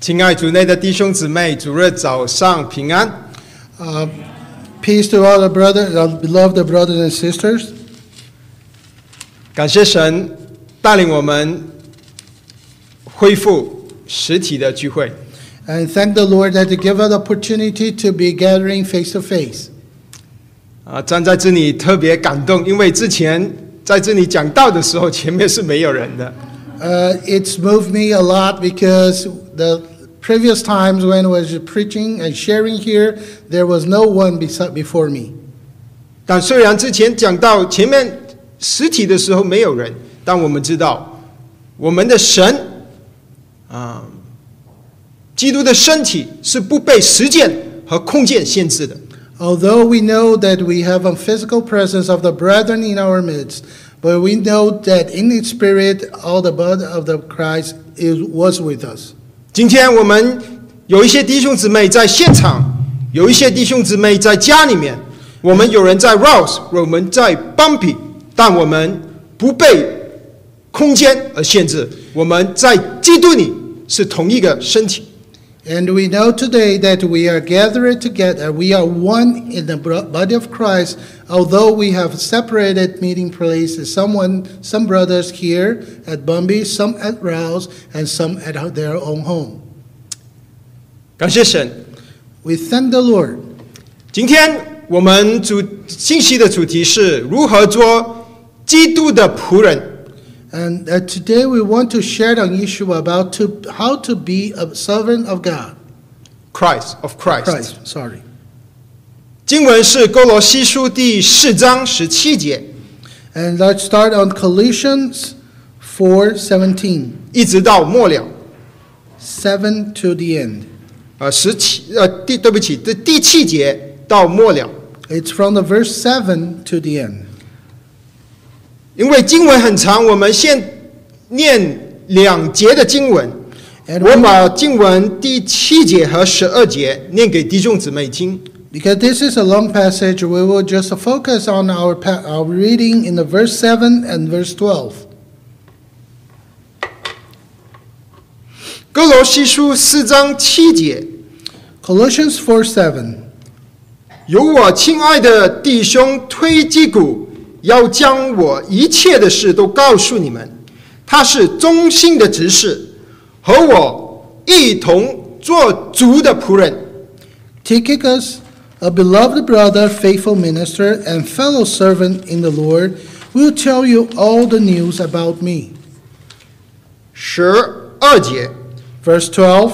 亲爱主内的弟兄姊妹，主日早上平安。 Uh, peace to all the brothers, our beloved brothers and sisters. 感谢神带领我们恢复实体的聚会。 And thank the Lord that He gave us the opportunity to be gathering face to face. 啊，站在这里特别感动，因为之前在这里讲道的时候，前面是没有人的。 Uh, it's moved me a lot because the previous times when I was preaching and sharing here, there was no one besi- before me. 但虽然之前讲到前面实体的时候没有人，但我们知道我们的神啊、基督的身体是不被时间和空间限制的。 Although we know that we have a physical presence of the brethren in our midst, but we know that in the spirit, all the blood of the Christ is, was with us. 今天我们有一些弟兄姊妹在现场，有一些弟兄姊妹在家里面。我们有人在 Rouse，我们在 Bumpy，但我们不被空间而限制。我们在基督里是同一个身体。 And we know today that we are gathered together, we are one in the bro- body of Christ, although we have separated meeting places. Someone, some brothers here at Bumby, some at Rouse, and some at ho- their own home. 感谢神， We thank the Lord. 今天我们主信息的主题是如何做基督的仆人。 And uh, today we want to share an issue about to, how to be a servant of God. Christ of Christ。 Christ, sorry. 经文是哥罗西书第四章十七节， And let's start on Colossians 4 17, 一直到末了， 7 to the end. 呃，十七，呃，第对不起，这第七节到末了， It's from the verse 7 to the end. 因为经文很长，我们先念两节的经文。 And 我 we- 把经文第七节和十二节念给弟兄姊妹听。 because this is a long passage, we will just focus on our, pa- our reading in the verse 7 and verse 12. 哥罗西书四章七节 Colossians 4 7. 有我亲爱的弟兄推基古，要将我一切的事都告诉你们。他是忠心的执事，和我一同做主的仆人。 Tychicus, a beloved brother, faithful minister, and fellow servant in the Lord, will tell you all the news about me. 十二节， Verse 12.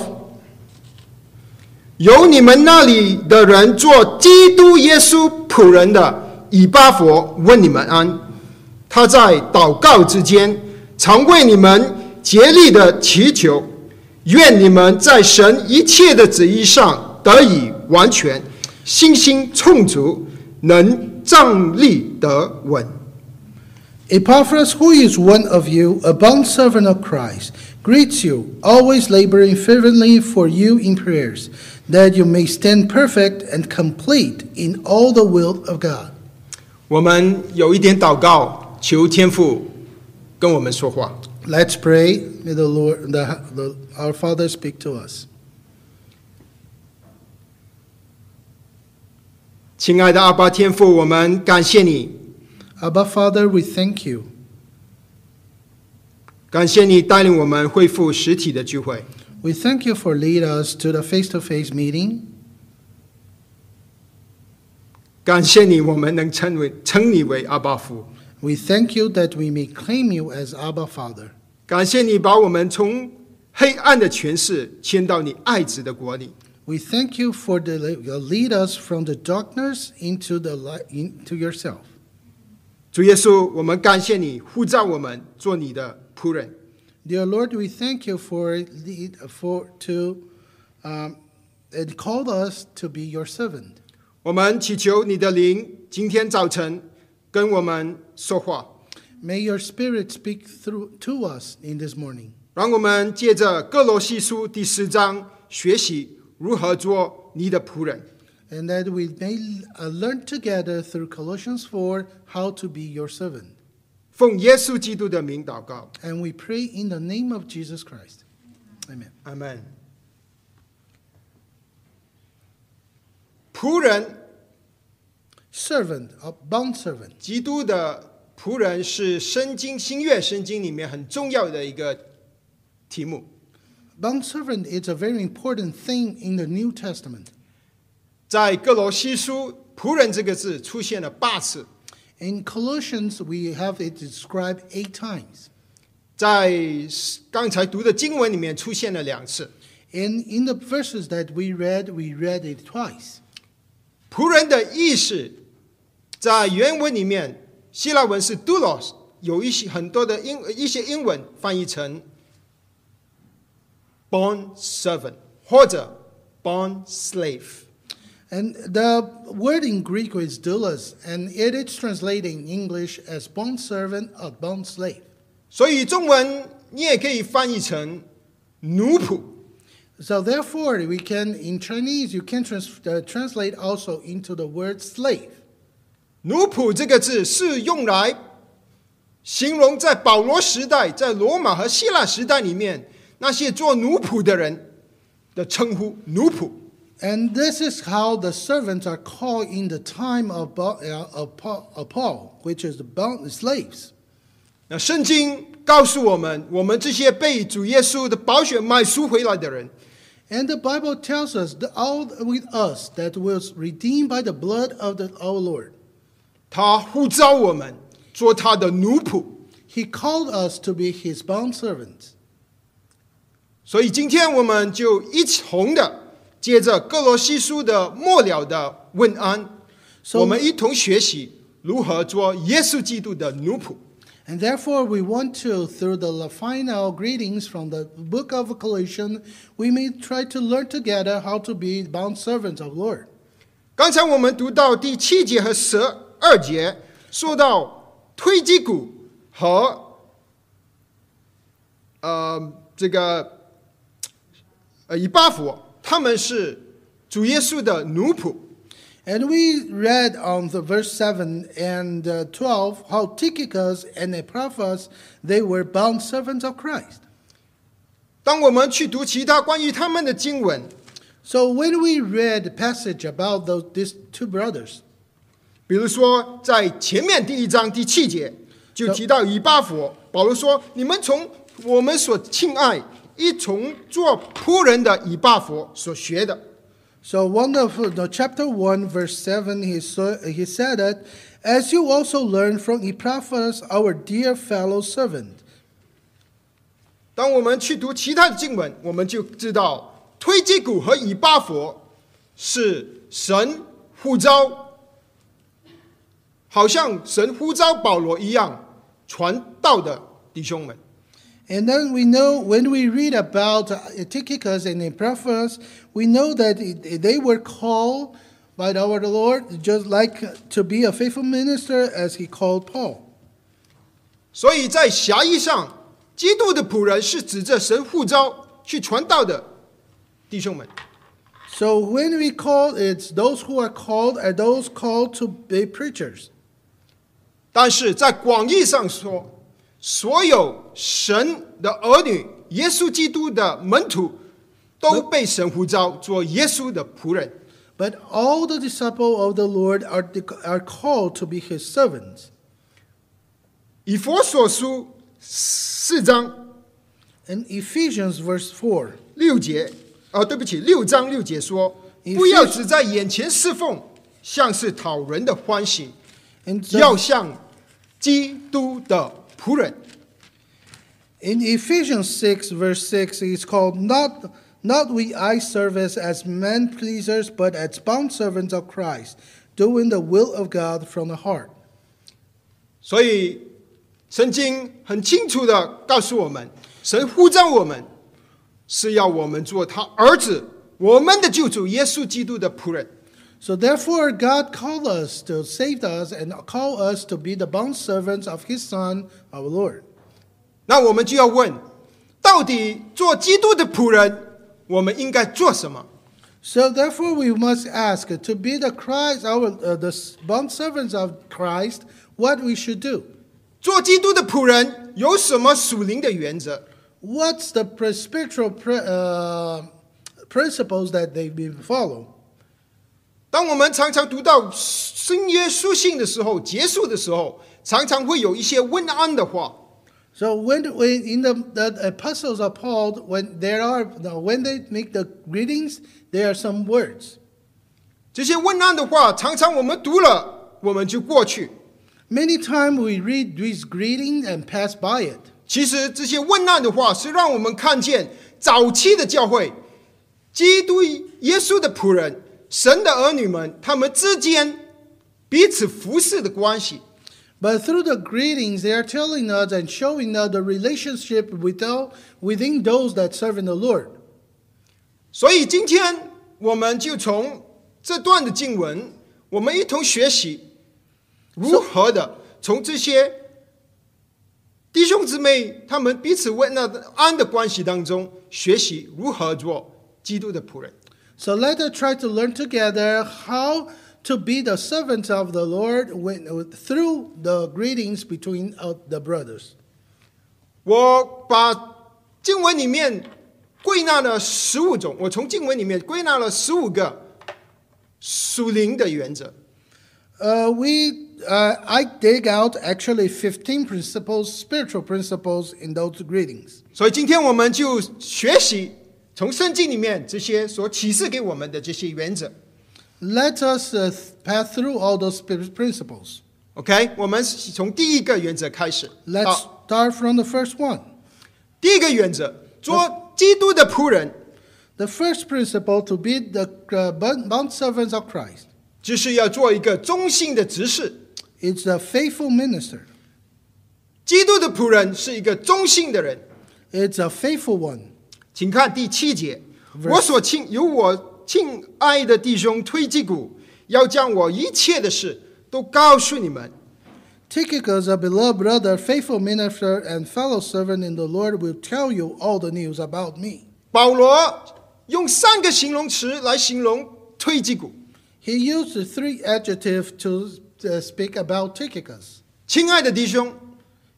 由你们那里的人做基督耶稣仆人的以巴佛问你们安。他在祷告之间，常为你们竭力的祈求，愿你们在神一切的旨意上得以完全，信心充足，能站立得稳。 Epaphras, who is one of you, a bondservant of Christ, greets you, always laboring fervently for you in prayers, that you may stand perfect and complete in all the will of God. 我们有一点祷告，求天父跟我们说话。 Let's pray. May the Lord, the, the, our Father, speak to us. 亲爱的阿巴天父，我们感谢你， Abba, Father, we thank you. 感谢你带领我们恢复实体的聚会。 We thank you for leading us to the face-to-face meeting. 感谢你，我们能称为称你为阿爸父。 We thank you that we may claim you as Abba, Father. 感谢你把我们从黑暗的权势迁到你爱子的国里。 We thank you for the you lead us from the darkness into the light into yourself. 主耶稣，我们感谢你呼召我们做你的仆人。 Dear Lord, we thank you for lead, for to um, it called us to be your servant. 我们祈求你的灵今天早晨跟我们说话， May your spirit speak through to us in this morning. 让我们借着各罗西书第十章学习如何做你的仆人。 And that we may uh, learn together through Colossians 4 how to be your servant. 奉耶稣基督的名祷告， And we pray in the name of Jesus Christ. Amen. 阿门。仆人， Servant, a bond servant. 基督的仆人是《圣经》新月圣经里面很重要的一个题目。 Bond servant is a very important thing in the New Testament. 在各罗西书“仆人”这个字出现了八次， In Colossians, we have it described eight times. 在刚才读的经文里面出现了两次。 And in the verses that we read, we read it twice. 仆人的意思，在原文里面，希腊文是 doulos，有一些很多的英一些英文翻译成 bond servant 或者 bond slave。 And the word in Greek is doulos, and it is translated in English as bond servant or bond slave. 所以中文你也可以翻译成奴仆。 So therefore, we can in Chinese you can trans- uh, translate also into the word slave. 奴仆这个字是用来形容在保罗时代、在罗马和希腊时代里面那些做奴仆的人的称呼，奴仆。 And this is how the servants are called in the time of, Ba- uh, of Pa- of Paul, which is the bond slaves. 那圣经告诉我们，我们这些被主耶稣的宝血买赎回来的人， And the Bible tells us that all with us that was redeemed by the blood of the, our Lord. 他呼召我们做他的奴仆。 He called us to be his bond servants. 所以今天我们就一同的接着哥罗西书的末了的问安， So- 我们一同学习如何做耶稣基督的奴仆。 And therefore, we want to, through the la- final greetings from the book of Colossians, we may try to learn together how to be bond servants of Lord. 刚才我们读到第七节和十二节，说到推基鼓和呃这个呃以巴弗，他们是主耶稣的奴仆。 And we read on the verse 7 and uh, 12 how Tychicus and Epaphras, they were bond servants of Christ. 当我们去读其他关于他们的经文， So when we read the passage about those, these two brothers, 比如说在前面第一章第七节就提到以巴弗，保罗说：“你们从我们所亲爱，一从做仆人的以巴弗所学的。” So wonderful. No, chapter one, verse seven. He saw, he said it, as you also learn from Epaphras, our dear fellow servant. 当我们去读其他的经文，我们就知道推基谷和以巴佛是神呼召，好像神呼召保罗一样传道的弟兄们。 And then we know when we read about Tychicus and Epaphras, we know that it- they were called by our Lord, just like to be a faithful minister as He called Paul. 所以在狭义上，基督的仆人是指着神呼召去传道的弟兄们。 So when we call, it's those who are called are those called to be preachers. 但是在广义上说，所有神的儿女，耶稣基督的门徒，都被神呼召做耶稣的仆人。 But all the disciples of the Lord are, are called to be his servants. 以佛所书四章 In Ephesians verse 4, 六节，啊，对不起，六章六节说，以弗不要只在眼前侍奉，像是讨人的欢喜， and so- 要像基督的仆人。 in Ephesians 6 verse 6, it's called not, not we eye service as men pleasers, but as bond servants of Christ, doing the will of God from the heart. 所以，圣经很清楚的告诉我们，神呼召我们，是要我们做他儿子，我们的救主耶稣基督的仆人。 So therefore, God called us to save us and call us to be the bond servants of His Son, our Lord. 那我们就要问，到底做基督的仆人，我们应该做什么？ So therefore, we must ask to uh, be the Christ, our uh, the bond servants of Christ, what we should do. 做基督的仆人有什么属灵的原则？ What's the pr- spiritual pr- uh, principles that they've been follow? 当我们常常读到新约书信的时候，结束的时候，常常会有一些问安的话。 So when, when in the, the epistles of Paul, when there are no, when they make the greetings, there are some words. 这些问安的话，常常我们读了，我们就过去。 Many times we read these greetings and pass by it. 其实这些问难的话，是让我们看见早期的教会，基督耶稣的仆人、神的儿女们，他们之间彼此服侍的关系。 But through the greetings, they are telling us and showing us the relationship without, within those that serve in the Lord. 所以今天我们就从这段的经文，我们一同学习如何的从这些弟兄姊妹他们彼此问那安的关系当中，学习如何做基督的仆人。 So let us try to learn together how to be the servants of the Lord when, through the greetings between uh, the brothers. 我把经文里面归纳了十五种，我从经文里面归纳了十五个属灵的原则。 Uh, we, uh, I dig out actually 15 principles, spiritual principles in those greetings. 所以今天我们就学习从圣经里面这些所启示给我们的这些原则。 Let us uh, th- pass through all those pri- principles. OK，我们从第一个原则开始。 Let's 好， start from the first one. 第一个原则，做基督的仆人， The first principle to be the uh, bond servants of Christ 就是要做一个忠心的执事。 is the faithful minister. 基督的仆人是一个忠心的人， It's a faithful one. 请看第七节： Verse- 我所亲有我亲爱的弟兄推基古，要将我一切的事都告诉你们。 Tychicus, a beloved brother, faithful minister, and fellow servant in the Lord, will tell you all the news about me. 保罗用三个形容词来形容推基古： He used the three adjectives to uh, speak about Tychicus. 亲爱的弟兄、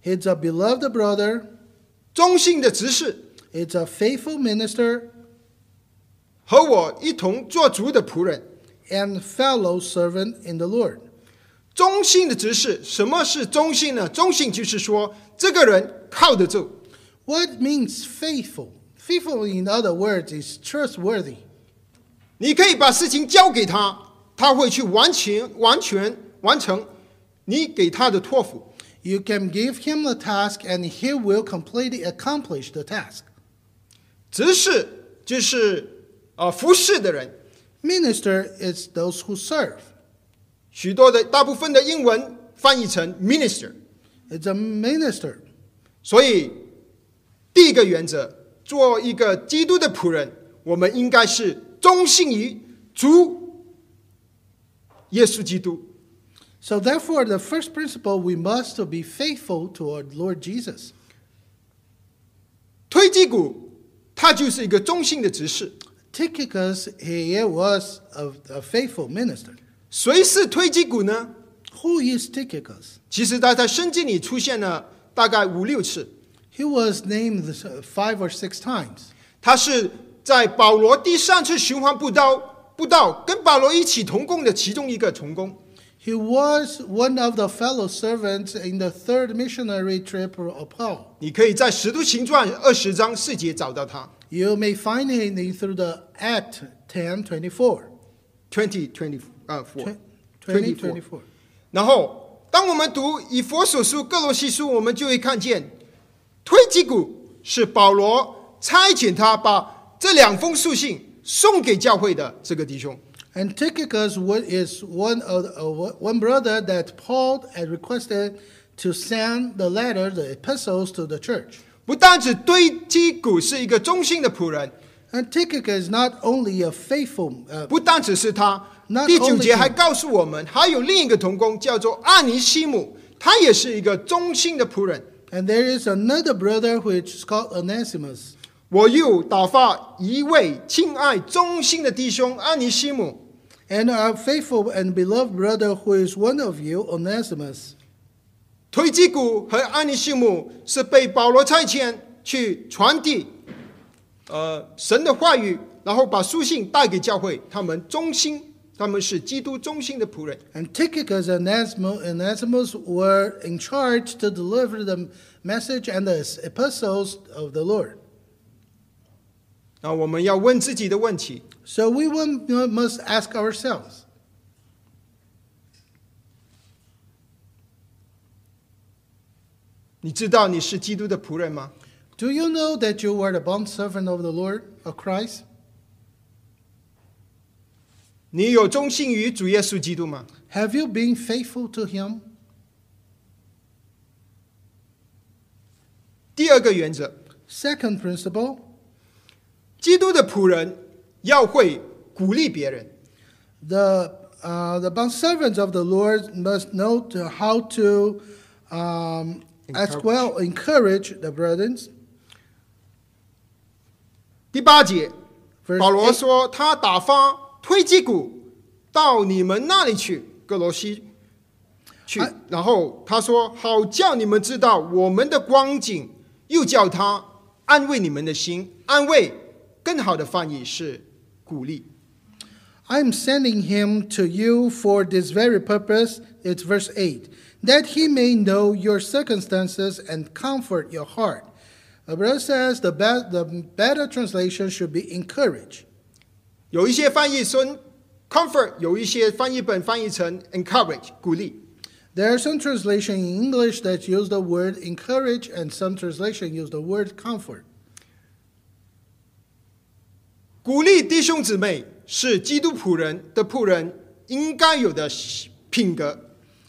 He's a beloved brother, 忠心的执事 it's a faithful minister, 和我一同做主的仆人。 and fellow servant in the Lord. 忠心的执事，什么是忠心呢？忠心就是说，这个人靠得住， What means faithful? Faithful, in other words, is trustworthy. 你可以把事情交给他，他会去完全、完全完成你给他的托付。 You can give him a task and he will completely accomplish the task. 执事就是呃服侍的人， Minister is those who serve. 许多的大部分的英文翻译成 minister。 It's a minister. 所以第一个原则，做一个基督的仆人，我们应该是忠信于主耶稣基督。 So therefore, the first principle we must to be faithful toward Lord Jesus. 推基股，他就是一个忠心的执事。 Tychicus, he was a, a faithful minister. 谁是推基股呢？ Who is Tychicus? 其实他在圣经里出现了大概五六次。 He was named this, uh, five or six times. 他是在保罗第三次循环布道布道，跟保罗一起同工的其中一个同工。 He was one of the fellow servants in the third missionary trip of Paul. 你可以在《使徒行传》二十章四节找到他。 You may find him through the Act 10 24. Twenty twenty 呃 four Tw- 20, 24. 然后，当我们读以佛所书、各罗西书，我们就会看见，推基古是保罗差遣他把这两封书信送给教会的这个弟兄。 And Tychicus wa- is one of the- uh, one brother that Paul had requested to send the letter, the epistles to the church. 不单只推基古是一个忠心的仆人， And Tychicus is not only a faithful, uh, 不单只是他 Not，第九 only 节 him 还告诉我们，还有另一个童工叫做阿尼西姆，他也是一个忠心的仆人。 and there is another brother which is called Onesimus. 我又打发一位亲爱忠心的弟兄阿尼西姆 And our faithful and beloved brother, who is one of you, Onesimus, 推基古和安尼西姆是被保罗差遣去传递，呃，神的话语，然后把书信带给教会。他们忠心，他们是基督忠心的仆人。 And Tychicus and Onesimus, and Onesimus were in charge to deliver the message and the epistles of the Lord. 那我们要问自己的问题： So we will, must ask ourselves, 你知道你是基督的仆人吗？ do you know that you were the bondservant of the Lord, of Christ? 你有忠信于主耶稣基督吗？ Have you been faithful to him? 第二个原则， Second principle, 基督的仆人要会鼓励别人。 the, uh, the bondservants of the Lord must know to how to um, as Encourage. well encourage the brethren. 第八节， Verse 保罗 eight. 说他打发推基谷到你们那里去，哥罗西去哎。然后他说：“好叫你们知道我们的光景，又叫他安慰你们的心。安慰，更好的翻译是鼓励。 I am sending him to you for this very purpose. It's verse 8. That he may know your circumstances and comfort your heart. The brother says the, be- the better translation should be encourage. 有一些翻译成 comfort，有一些翻译本翻译成 encourage，鼓励。 There are some translation in English that use the word encourage and some translation use the word comfort. 鼓励弟兄姊妹是基督仆人的仆人应该有的品格。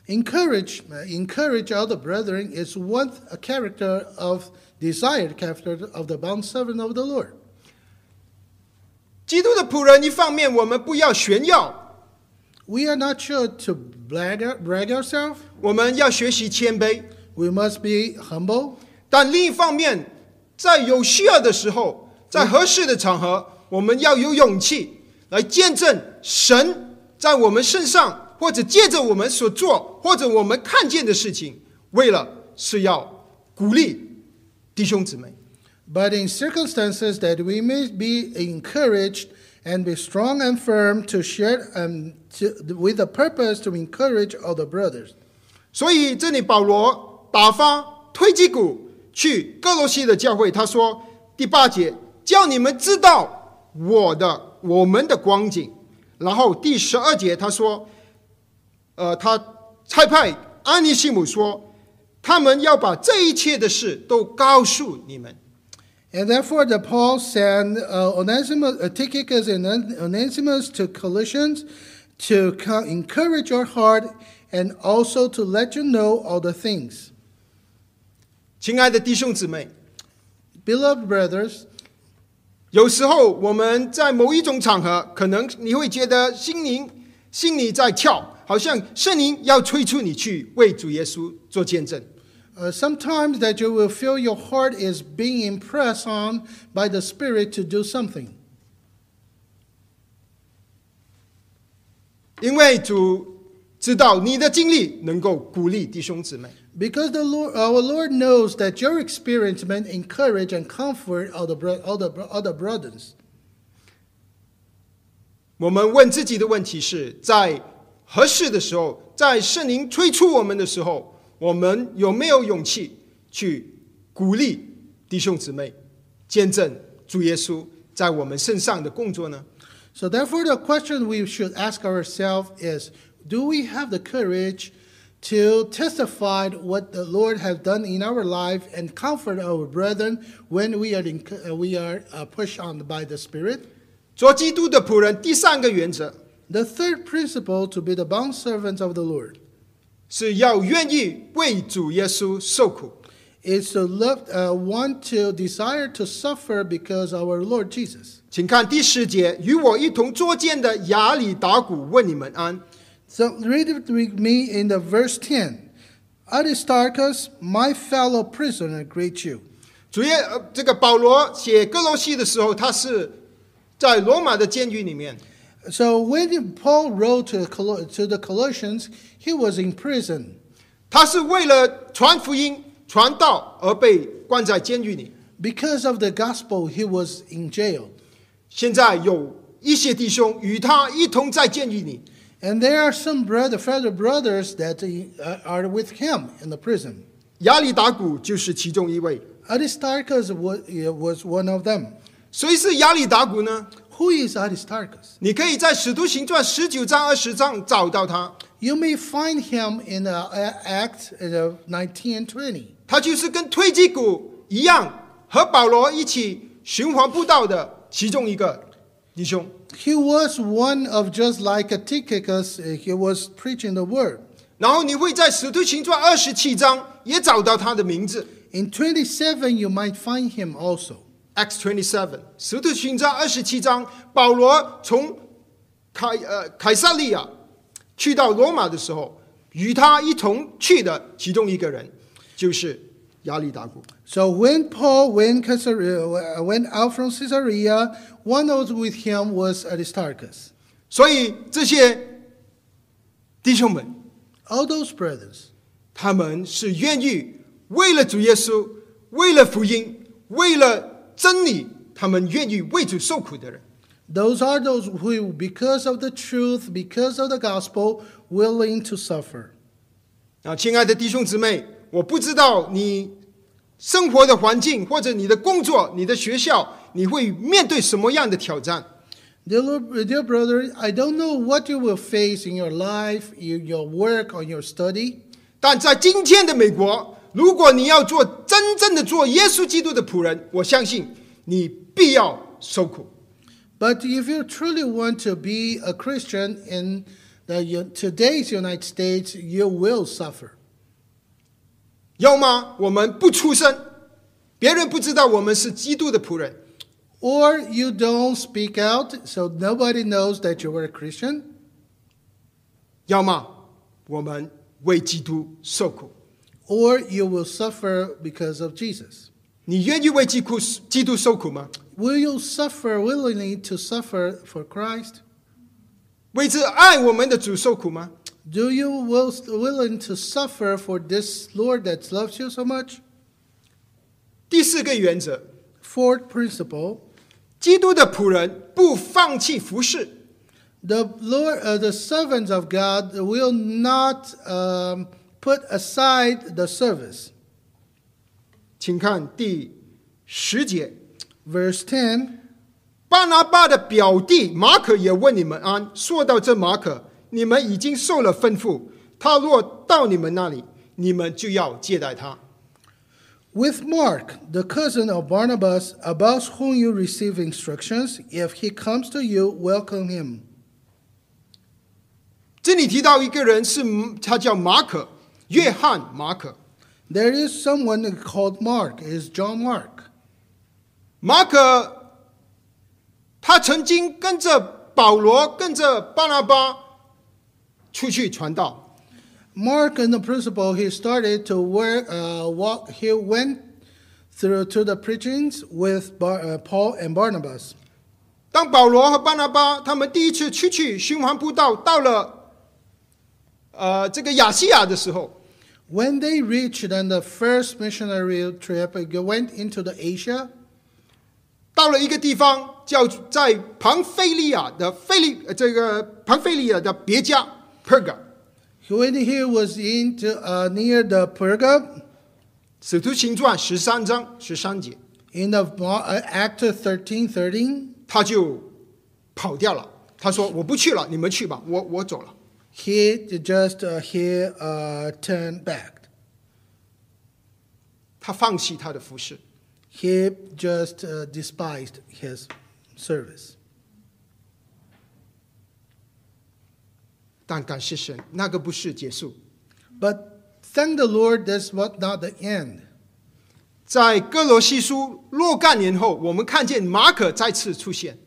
Encourage, uh, encourage other brethren is one a character of desired character of the bond servant of the Lord. 基督的仆人，一方面我们不要炫耀， We are not sure to brag, brag ourselves. 我们要学习谦卑； We must be humble. 但另一方面，在有需要的时候，在合适的场合，我们要有勇气来见证神在我们身上，或者借着我们所做或者我们看见的事情，为了是要鼓励弟兄姊妹。 But in circumstances that we may be encouraged and be strong and firm to share um, to, with the purpose to encourage other brothers. 所以这里保罗打发推基谷去哥罗西的教会，他说第八节，叫你们知道我的我们的光景。然后第十二节他说，呃，他差派安尼西姆说，他们要把这一切的事都告诉你们。 And therefore, the Paul sent uh, Onesimus, uh, Tychicus and On- Onesimus to Colossians to co- encourage your heart and also to let you know all the things. 亲爱的弟兄姊妹， Beloved brothers, 有时候我们在某一种场合，可能你会觉得心灵心里在跳，好像圣灵要催促你去为主耶稣做见证。 Uh, sometimes that you will feel your heart is being impressed on by the Spirit to do something. 因为主知道你的经历能够鼓励弟兄姊妹。 Because the Lord, our Lord knows that your experience may encourage and comfort other, bro- other, bro- other brothers. 我们问自己的问题是在合适的时候，在圣灵催促我们的时候，我们有没有勇气去鼓励弟兄姊妹，见证主耶稣在我们身上的工作呢？ So, therefore, the question we should ask ourselves is do we have the courage to testify what the Lord has done in our life and comfort our brethren when we are, enc- uh, we are uh, pushed on by the Spirit? 做基督的仆人，第三个原则 The third principle to be the bondservants of the Lord. 是要愿意为主耶稣受苦。 is to love, uh, want to desire to suffer because our Lord Jesus. 请看第十节，与我一同作践的雅里达古问你们啊安。 So read it with me in the verse 10. Aristarchus, my fellow prisoner, greet you. 主耶，呃，这个保罗写哥罗西的时候，他是在罗马的监狱里面。 So when Paul wrote to, the Col- to the Colossians, he was in prison. 他他是为了传福音、传道而被关在监狱里。 Because of the gospel, he was in jail. 现在有一些弟兄与他一同在监狱里， And there are some brother, fellow brothers that uh, are with him in the prison. 雅里达古就是其中一位。 Aristarchus was, was one of them. 谁是雅里达古呢？ Who is Aristarchus? 你可以在《使徒行传》十九章、二十章找到他。 You may find him in uh, A- Acts uh, 19 and 20. 他就是跟推基古一样，和保罗一起循环布道的其中一个弟兄。 He was one of just like Tychicus, uh, he was preaching the word. 然后你会在《使徒行传》二十七章也找到他的名字。 In 27, you might find him also. Acts twenty seven，《使徒行传》二十七章，保罗从凯呃凯撒利亚去到罗马的时候，与他一同去的其中一个人就是亚里达古。 So when Paul went, Caesarea, went out from Caesarea, one of those with him was Aristarchus. 所以这些弟兄们， All those brothers, 他们是愿意为了主耶稣，为了福音，为了真理，他们愿意为主受苦的人。 those are those who, because of the truth, because of the gospel, willing to suffer. 啊，亲爱的弟兄姊妹，我不知道你生活的环境，或者你的工作、你的学校，你会面对什么样的挑战？ Dear, lo- dear brother, I don't know what you will face in your life, in your work, or your study. 但在今天的美国，如果你要做真正的做耶稣基督的仆人，我相信你必要受苦。 But if you truly want to be a Christian in the, U- today's United States, you will suffer. 要么我们不出声，别人不知道我们是基督的仆人； Or you don't speak out, so nobody knows that you were a Christian. 要么我们为基督受苦。 Or you will suffer because of Jesus. 你愿意为基督基督受苦吗？ Will you suffer willingly to suffer for Christ? 为这爱我们的主受苦吗？ Do you will willing to suffer for this Lord that loves you so much? 第四个原则， Fourth principle: 基督的仆人不放弃服侍。 the Lord, uh, the servants of God will not um, put aside the service. 请看第十节， Verse ten. 巴拿巴的表弟马可也问你们安。说到这马可，你们已经受了吩咐，他若到你们那里，你们就要接待他。 With Mark, the cousin of Barnabas, about whom you receive instructions, if he comes to you, welcome him. 这里提到一个人是，他叫马可，约翰马可。 There is someone called Mark, it is John Mark. 马可，他曾经跟着保罗、跟着巴拿巴出去传道， Mark and the principal, he started to work, uh, walk, he went through to the preachings with Bar, uh, Paul and Barnabas. 当保罗和巴拿巴他们第一次出去循环布道，到了呃这个亚细亚的时候， When they reached on the first missionary trip, they went into the Asia, 到了一个地方叫在庞菲利亚的菲利呃这个庞菲利亚的别家 Perga，《 when he was into, uh, near the Perga, 使徒行传》十三章十三节， in the Mar- uh, Act 13, 13, 他就跑掉了。他说：“我不去了，你们去吧，我我走了。” he just uh, he uh, turned back. 他放弃他的服饰。 He just uh, despised his service. 但感谢神，那个不是结束。 But thank the Lord, that's what not the end. 在哥罗西书若干年后，我们看见马可再次出现。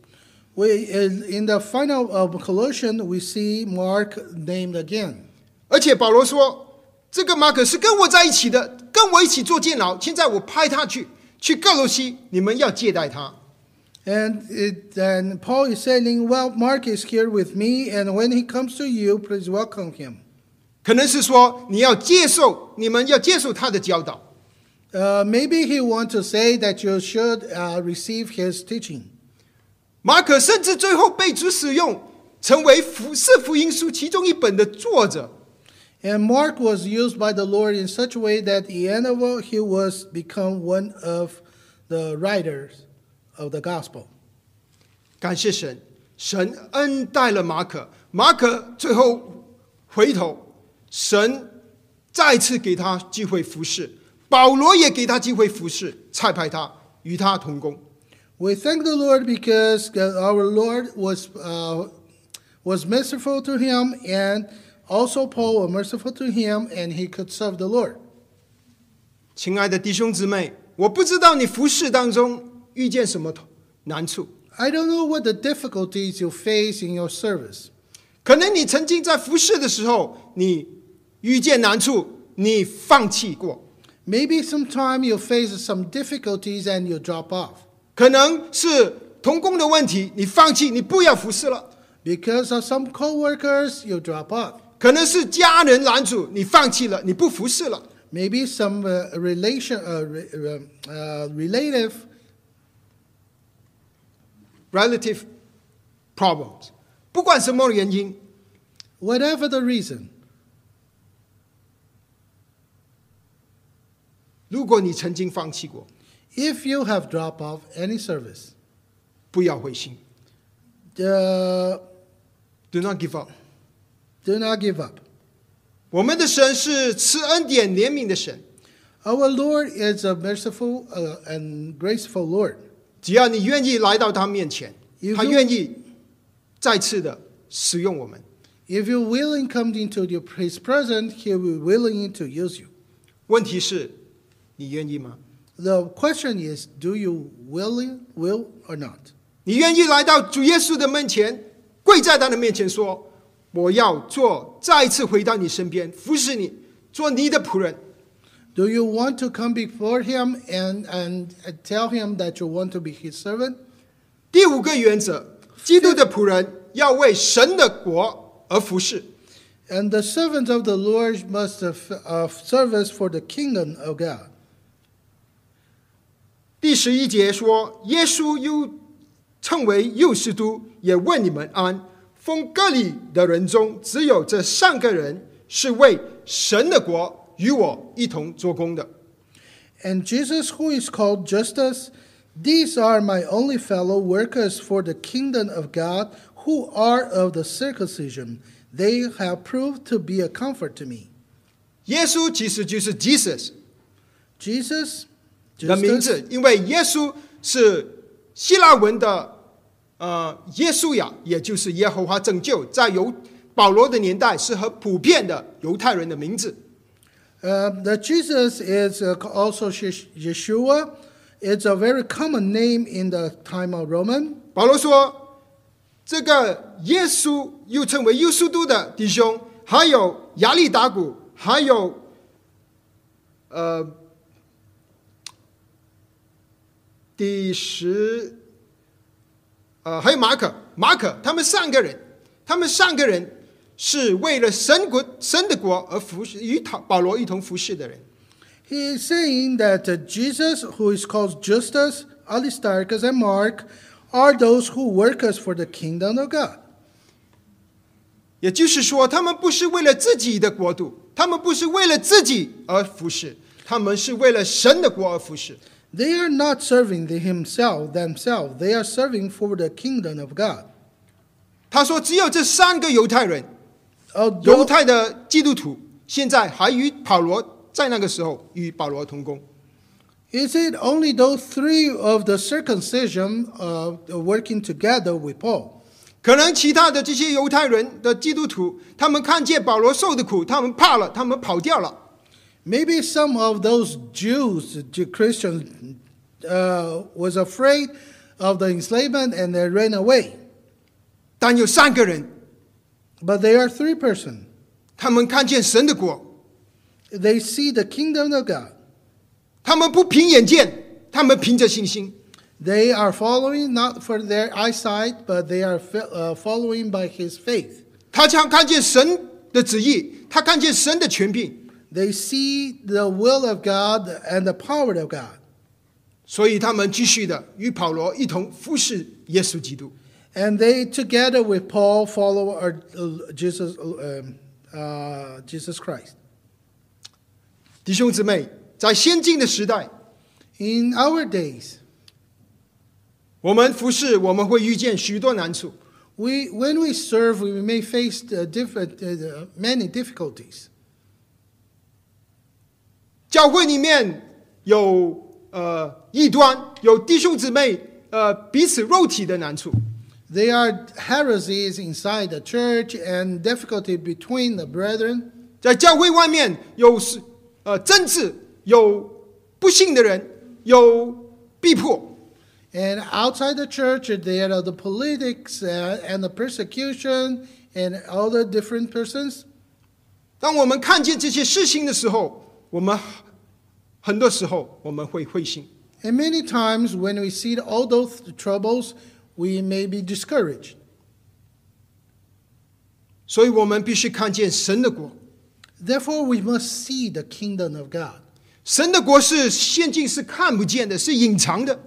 We, in in the final of Colossians, we see Mark named again. 而且保罗说：“这个马可是跟我在一起的，跟我一起做监牢。现在我派他去，去哥罗西，你们要接待他。 And it, and Paul is saying, well, Mark is here with me, and when he comes to you, please welcome him. ”可能是说你要接受，你们要接受他的教导。 Uh, maybe he wants to say that you should uh, receive his teaching. 马可甚至最后被主使用，成为福是福音书其中一本的作者。 And Mark was used by the Lord in such a way that the end of all, he was become one of the writers of the gospel. 感谢神，神恩待了马可。马可最后回头，神再次给他机会服侍，保罗也给他机会服侍，差派他与他同工。 We thank the Lord because uh, our Lord was uh, was merciful to him, and also Paul was merciful to him, and he could serve the Lord. 亲爱的弟兄姊妹，我不知道你服侍当中遇见什么难处， I don't know what the difficulties you face in your service. 可能你曾经在服侍的时候，你遇见难处，你放弃过； Maybe sometime you face some difficulties and you drop off 可能是童工的问题，你放弃，你不要服侍了； because of some coworkers. You drop off. 可能是家人拦阻，你放弃了，你不服侍了。 Maybe some uh, relation uh, re- uh, relative relative problems。不管什么原因， whatever the reason. 如果你曾经放弃过， If you have drop off any service, 不要灰心 uh, ，Do not give up。 do not give up. 我们的神是赐恩典怜悯的神， Our Lord is a merciful uh, and graceful Lord. 只要你愿意来到他面前 You，他 will- 愿意再次的使用我们。 If you willing come into your, His presence, He will willing to use you. 问题是，你愿意吗？ The question is, do you willing will or not? 你愿意来到主耶稣的面前，跪在他的面前说：“我要做，再一次回到你身边，服侍你，做你的仆人。 Do you want to come before Him and and tell Him that you want to be His servant? ”第五个原则，基督的仆人要为神的国而服侍。 And the servant of the Lord must have of service for the kingdom of God. 第十一节说：“耶稣又称为幼师都，也问你们安。封割礼的人中，只有这三个人是为神的国与我一同做工的。 And Jesus, who is called Justice, these are my only fellow workers for the kingdom of God, who are of the circumcision. They have proved to be a comfort to me. ”耶稣其实就是 Jesus Jesus, 的名 Justice, 字，因为耶稣是希腊文的呃耶稣亚，也就是耶和华拯救，在犹保罗的年代是很普遍的犹太人的名字。 uh, the Jesus is uh, also Sh- Yeshua. It's a very common name in the time of Roman. 保罗说：“这个耶稣又称为耶稣都的弟兄，还有亚利达古，还有呃第十呃还有马可，马可他们三个人，他们三个人是为了神国神的国而服侍，与保保罗一同服侍的人。 He is saying that uh, Jesus, who is called Justus, Aristarchus, and Mark, are those who work us for the kingdom of God. 也就是说，他们不是为了自己的国度，他们不是为了自己而服侍，他们是为了神的国而服侍。 They are not serving the himself themselves. They are serving for the kingdom of God. 他说，只有这三个犹太人，犹 Although, 太的基督徒，现在还与保罗在那个时候与保罗同工。 is it only those three of the circumcision uh, working together with Paul? 可能其他的这些犹太人的基督徒，他们看见保罗受的苦，他们怕了，他们跑掉了。 Maybe some of those Jews, the Christians, uh, was afraid of the enslavement and they ran away. 但有三个人， But they are three person. 他们看见神的国， They see the kingdom of God. 他们不凭眼见，他们凭着信心。 They are following not for their eyesight, but they are fe- uh, following by his faith. 他将看见神的的旨意，他看见神的权柄， They see the will of God and the power of God. 所以他们继续的与保罗一同服侍耶稣基督。 And they, together with Paul, follow our, uh, Jesus, um, uh, Jesus Christ. 弟兄姊妹，在先进的时代， In our days, 我们服侍我们会遇见许多难处， we, when we serve, we may face uh, different, uh, many difficulties. 教会里面有呃异端，有弟兄姊妹呃彼此肉体的难处， There are heresies inside the church and difficulty between the brethren. 在教会外面有是呃政治，有不幸的人，有逼迫， And outside the church, there are the politics uh, and the persecution and all the different persons. 当我们看见这些事情的时候，我们很多时候我们会灰心， And many times, when we see all those troubles, we may be discouraged. 所以我们必须看见神的国。 Therefore, we must see the kingdom of God. 神的国是现今是看不见的，是隐藏的。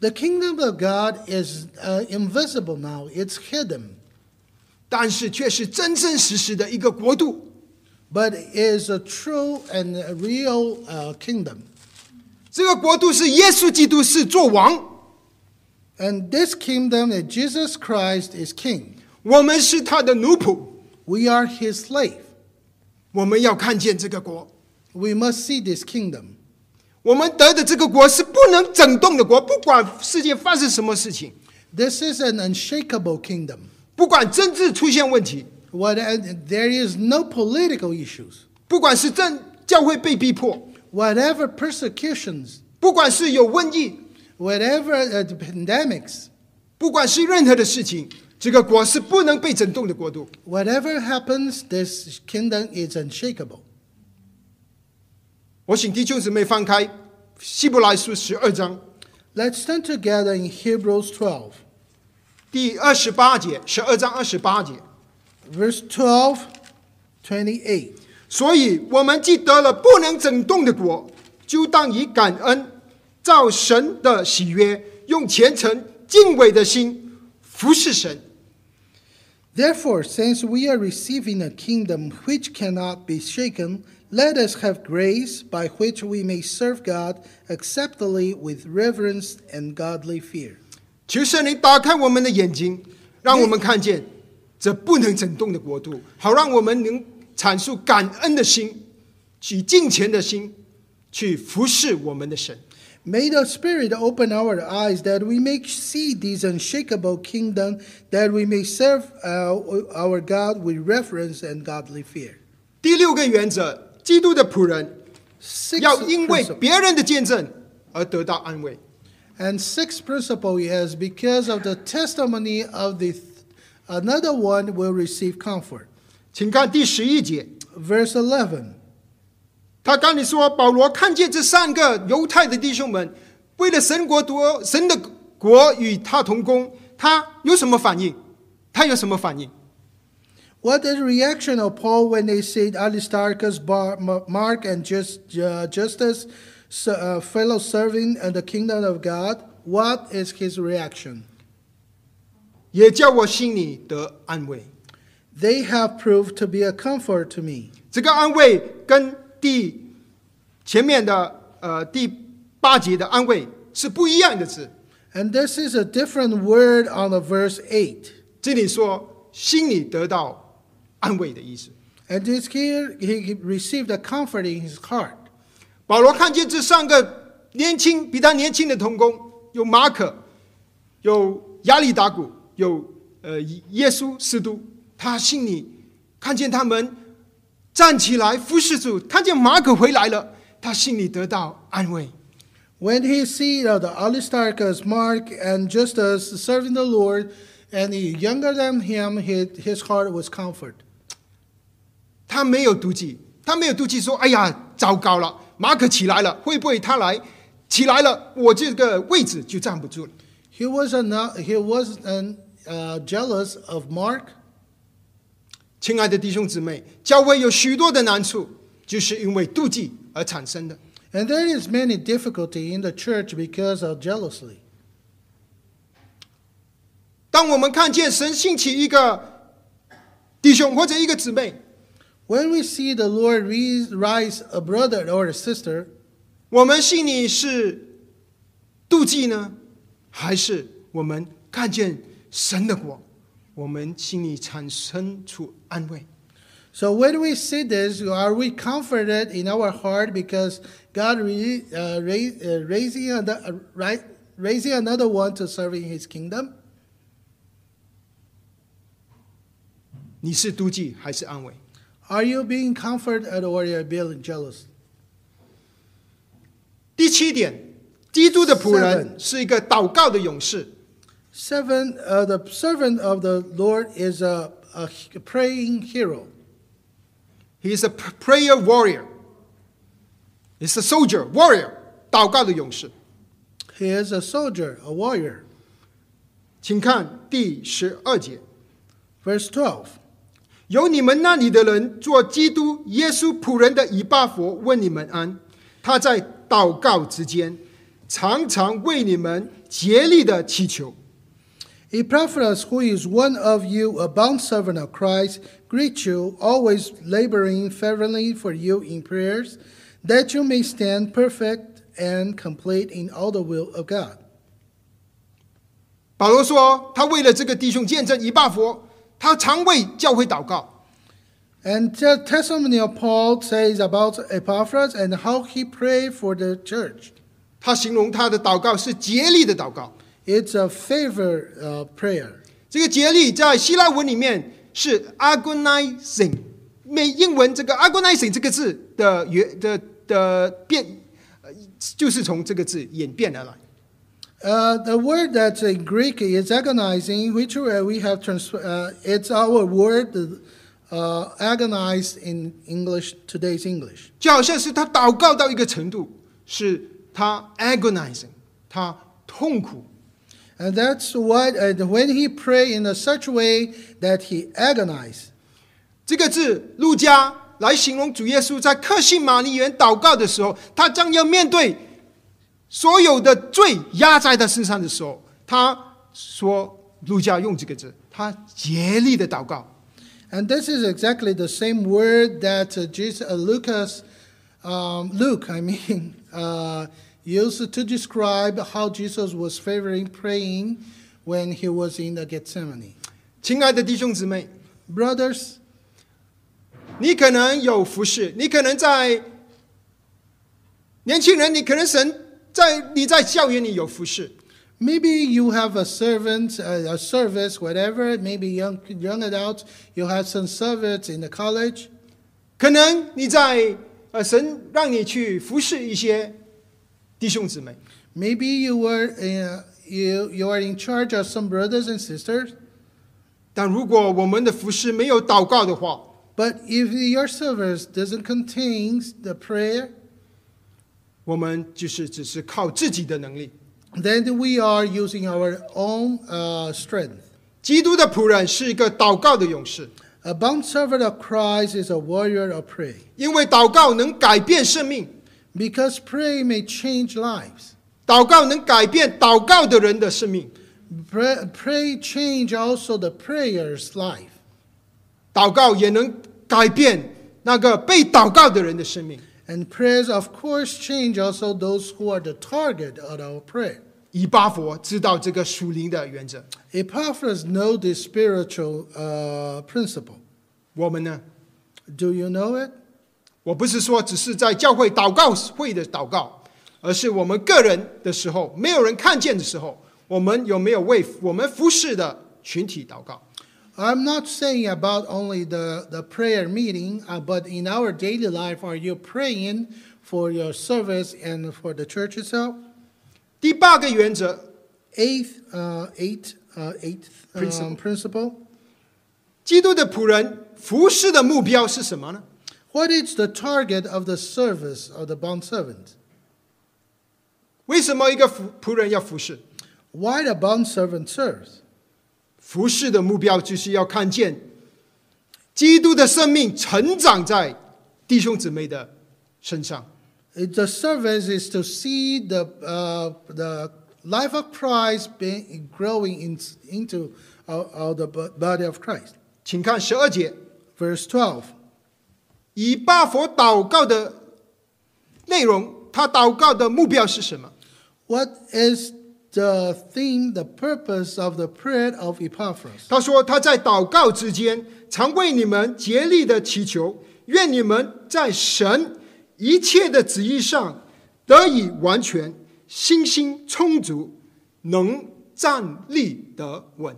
The kingdom of God is uh, invisible now, it's hidden, 但是却是真真实实的一个国度。 but it is a true and a real uh, kingdom. 这个国度是耶稣基督是做王， And this kingdom that Jesus Christ is king. 我们是他的奴仆。 We are his slave. 我们要看见这个国， We must see this kingdom. 我们得的这个国是不能整动的国，不管世界发生什么事情， This is an unshakable kingdom. 不管政治出现问题， What, and there is no political issues. 不管是政教会被逼迫， Whatever persecutions, 不管是有瘟疫， whatever uh, the pandemics, 不管是任何的事情，这个国是不能被整动的国度。 whatever happens, this kingdom is unshakable. 我请弟兄姊妹翻开《希伯来书》十二章 Let's turn together in Hebrews 12, 第二十八节，十二章二十八节。 verse 12, 28. 所以，我们既得了不能整动的国，就当以感恩，照神的喜悦，用虔诚敬畏的心服侍神。 Therefore, since we are receiving a kingdom which cannot be shaken, let us have grace by which we may serve God acceptably with reverence and godly fear. 求圣灵打开我们的眼睛，让我们看见这不能整动的国度，好让我们能阐述感恩的心，去敬虔的心，去服侍我们的神。 May the Spirit open our eyes that we may see this unshakable kingdom, that we may serve uh, our God with reverence and godly fear. 第六个原则，基督的仆人 Sixth 要因为 principle. 别人的见证而得到安慰。 And sixth principle is because of the testimony of the th- another one will receive comfort. 请看第十一节， Verse 11. 他刚你说，保罗看见这三个犹太的弟兄们为了神国夺神的国与他同工，他有什么反应？他有什么反应？ What is the reaction of Paul when they said Aristarchus, Bar, Ma- Mark, and just, uh, Justus, so, uh, fellow serving in the kingdom of God? What is his reaction? 也叫我心里得安慰。 They have proved to be a comfort to me. 这个安慰跟第前面的呃第八节的安慰是不一样的字。 And this is a different word on the verse 8. 这里说心里得到安慰的意思。 And this here, he received a comfort in his heart. 保罗看见这三个年轻比他年轻的童工，有马可，有亚里达古，有呃耶稣基督，他心里看见他们站起来服侍主，看见马可回来了，他心里得到安慰。 When he see uh, the Aristarchus, Mark, and Justus serving the Lord, and he younger than him, he, his heart was comfort. 他没有妒忌，他没有妒忌说：“哎呀，糟糕了，马可起来了，会不会他来起来了，我这个位置就站不住了 He was not he was an, uh, jealous of Mark？” 亲爱的弟兄姊妹，教会有许多的难处，就是因为妒忌而产生的。 And there is many difficulty in the church because of jealousy. 当我们看见神兴起一个弟兄或者一个姊妹， When we see the Lord re- rise a brother or a sister, 我们心里是妒忌呢，还是我们看见神的国，我们心里产生出安慰？ so when we see this, are we comforted in our heart because God re- uh, ra- uh, raising, an- uh, right, raising another one to serving His kingdom? 你是妒忌还是安慰？ Are you being comforted or you are being jealous? 第七点，基督的仆人 Seven 是一个祷告的勇士。 Seven, uh, the servant of the Lord is a, a h- praying hero. He is a pr- prayer warrior. He's a soldier, warrior，祷告的勇士。 He is a soldier, a warrior. 请看第十二节， Verse 12. 有你们那里的人做基督耶稣仆人的以巴佛问你们安，他在祷告之间常常为你们竭力的祈求。 Epaphras, who is one of you, a bond servant of Christ, greet you, always laboring fervently for you in prayers, that you may stand perfect and complete in all the will of God. 保罗说，他为了这个弟兄见证以巴佛，他常为教会祷告。 And the testimony of Paul says about Epaphras and how he prayed for the church. 他形容他的祷告是竭力的祷告。 It's a favor uh, prayer. 这个竭力在希腊文里面是 agonizing，美英文这个 agonizing 这个字的原的的变，呃就是从这个字演变而来。 Uh, the word that's in Greek is agonizing, which uh, we have trans- uh, it's our word uh, agonized in English today's English. 就好像是他祷告到一个程度，是他 agonizing，他痛苦。 And that's what uh, when he pray in a such way that he agonized. 这个字，路加来形容主耶稣在克西马尼园祷告的时候，他将要面对所有的罪压在他身上的时候，他说，路加用这个字，他竭力的祷告。 And this is exactly the same word that uh, Jesus, uh, Lucas, um, Luke, I mean, uh, used to describe how Jesus was favoring praying when he was in the Gethsemane. 亲爱的弟兄姊妹， Brothers, 你可能有服侍，你可能在年轻人，你可能神在你在校园里有服侍， Maybe you have a servant, a, a service, whatever. Maybe young young adults, you have some service in the college. 可能你在呃神让你去服侍一些弟兄姊妹， Maybe you were uh, you you are in charge of some brothers and sisters. 但如果我们的服侍没有祷告的话， But if your service doesn't contain the prayer, 我们就是只是靠自己的能力。 then we are using our own uh, strength. 基督的仆人是一个祷告的勇士， A bond servant of Christ is a warrior of prayer 因为祷告能改变生命， because prayer may change lives. 祷告能改变祷告的人的生命。 Pray, pray change also the prayer's life. 祷告也能改变那个被祷告的人的生命。 And prayers, of course, change also those who are the target of our prayer. 以巴佛知道这个属灵的原则， Epaphras know this spiritual uh, principle. 我们呢？ Do you know it? 我不是说只是在教会祷告会的祷告，而是我们个人的时候，没有人看见的时候，我们有没有为我们服侍的群体祷告？ I'm not saying about only the, the prayer meeting, uh, but in our daily life, are you praying for your service and for the church itself? 第八个原则， Eighth, uh, eighth, uh, eighth um, Principle. principle. 基督的仆人服侍的目标是什么呢？ What is the target of the service of the bond servant? 为什么一个仆仆人要服侍？ Why the bond servant serves? 服侍的目标就是要看见基督的生命成长在弟兄姊妹的身上。 It, the service is to see the uh, the life of Christ being growing in, into our, our the bo- body of Christ. 请看十二节， Verse twelve. 以巴佛祷告的内容，他祷告的目标是什么？ What is the theme, the purpose of the prayer of Epaphras? 他说他在祷告之间，常为你们竭力的祈求，愿你们在神一切的旨意上得以完全，信心充足，能站立得稳。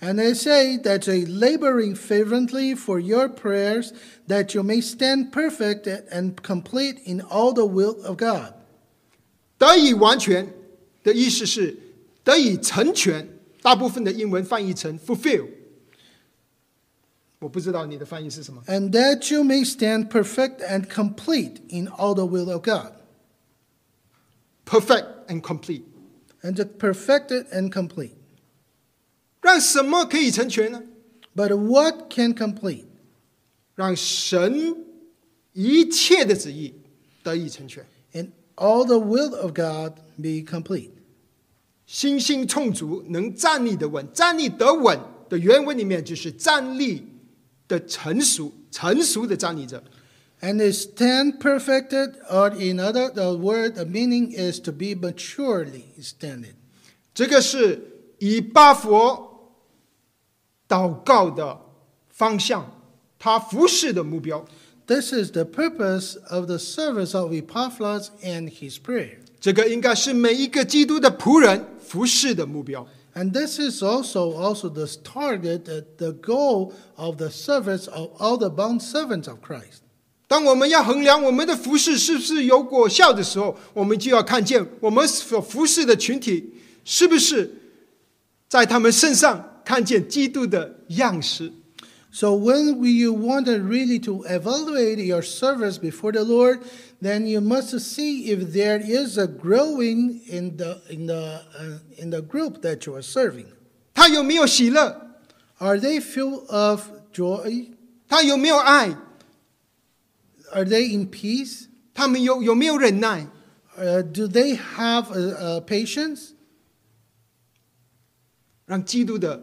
And they say that they laboring fervently for your prayers, that you may stand perfect and complete in all the will of God. 得以完全的意思是得以成全，大部分的英文翻译成 fulfill。我不知道你的翻译是什么。 and that you may stand perfect and complete in all the will of God, Perfect and complete， and to perfect it and complete. 让什么可以成全呢？ But what can complete? 让神一切的旨意得以成全， And all the will of God be complete. 心性充足，能站立得稳。站立得稳的原文里面就是站立的成熟，成熟的站立着。 And to stand perfected, or in other the word, the meaning is to be maturely standing. 这个是以巴佛祷告的方向，他服侍的目标。 This is the purpose of the service of Epaphras and his prayer. 这个应该是每一个基督的仆人服侍的目标。 And this is also also the target, uh, the goal of the service of all the bound servants of Christ. 当我们要衡量我们的服侍是不是有果效的时候，我们就要看见我们所服侍的群体是不是在他们身上看见基督的样式。 So when we, you want to really to evaluate your service before the Lord, then you must see if there is a growing in the in the uh, in the group that you are serving. 他有没有喜乐？ Are they full of joy? 他有没有爱？ Are they in peace? 他们有有没有忍耐？ Uh, do they have uh, uh, patience? 让基督的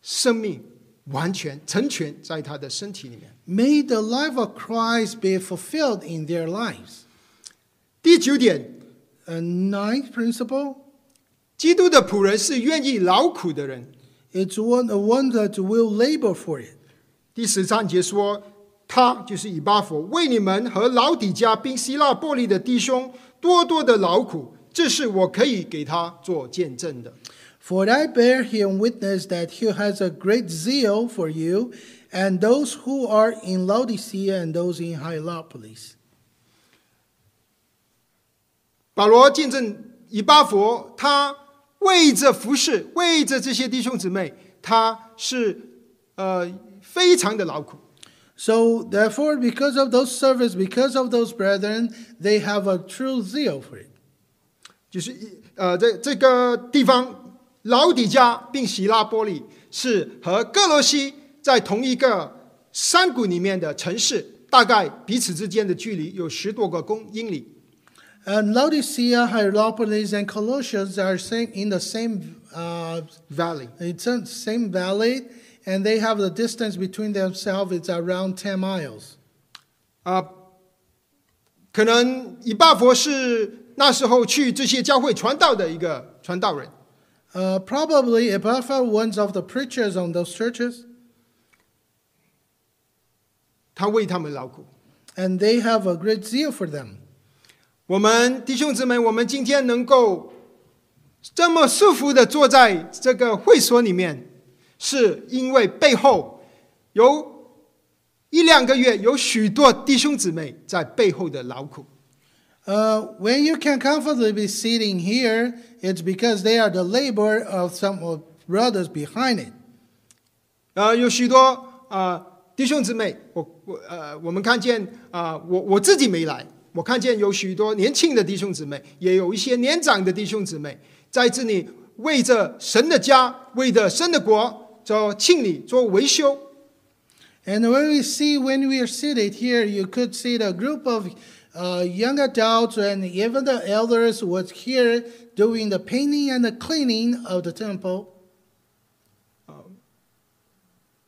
生命完全成全在他的身体里面。 May the life of Christ be fulfilled in their lives. 第九点， A ninth principle 基督的仆人是愿意劳苦的人。 it's one, the one that will labor for it. 第十三节说，他就是以巴佛，为你们和老底家并希腊伯利的弟兄多多的劳苦，这是我可以给他做见证的。 For I bear him witness that he has a great zeal for you and those who are in Laodicea and those in Hierapolis. 保罗见证以巴佛，他为着服侍，为着这些弟兄姊妹，他是呃非常的劳苦。 So therefore, because of those servants, because of those brethren, they have a true zeal for it. 就是一呃，这这个地方，老底加并希拉波利是和哥罗西在同一个山谷里面的城市，大概彼此之间的距离有十多个公英里。 And Laodicea, Hierapolis, and Colossians are same in the same uh, Valley， it's in the same valley, and they have the distance between themselves it's around ten miles. 啊、可能以巴佛是那时候去这些教会传道的一个传道人。 Uh, probably Epapha, one of the preachers on those churches, 他为他们劳苦。 and they have a great zeal for them. 我们弟兄姊妹，我们今天能够这么舒服的坐在这个会所里面，是因为背后有一两个月有许多弟兄姊妹在背后的劳苦。 Uh, when you can comfortably be sitting here, it's because they are the labor of some of brothers behind it. 呃，有许多啊、呃弟兄姊妹，我我呃，我们看见啊、呃我我自己没来，我看见有许多年轻的弟兄姊妹，也有一些年长的弟兄姊妹在这里为着神的家，为着神的国做庆礼，做维修。 And when we see, when we are seated here, you could see the group of uh, young adults and even the elders was here doing the painting and the cleaning of the temple.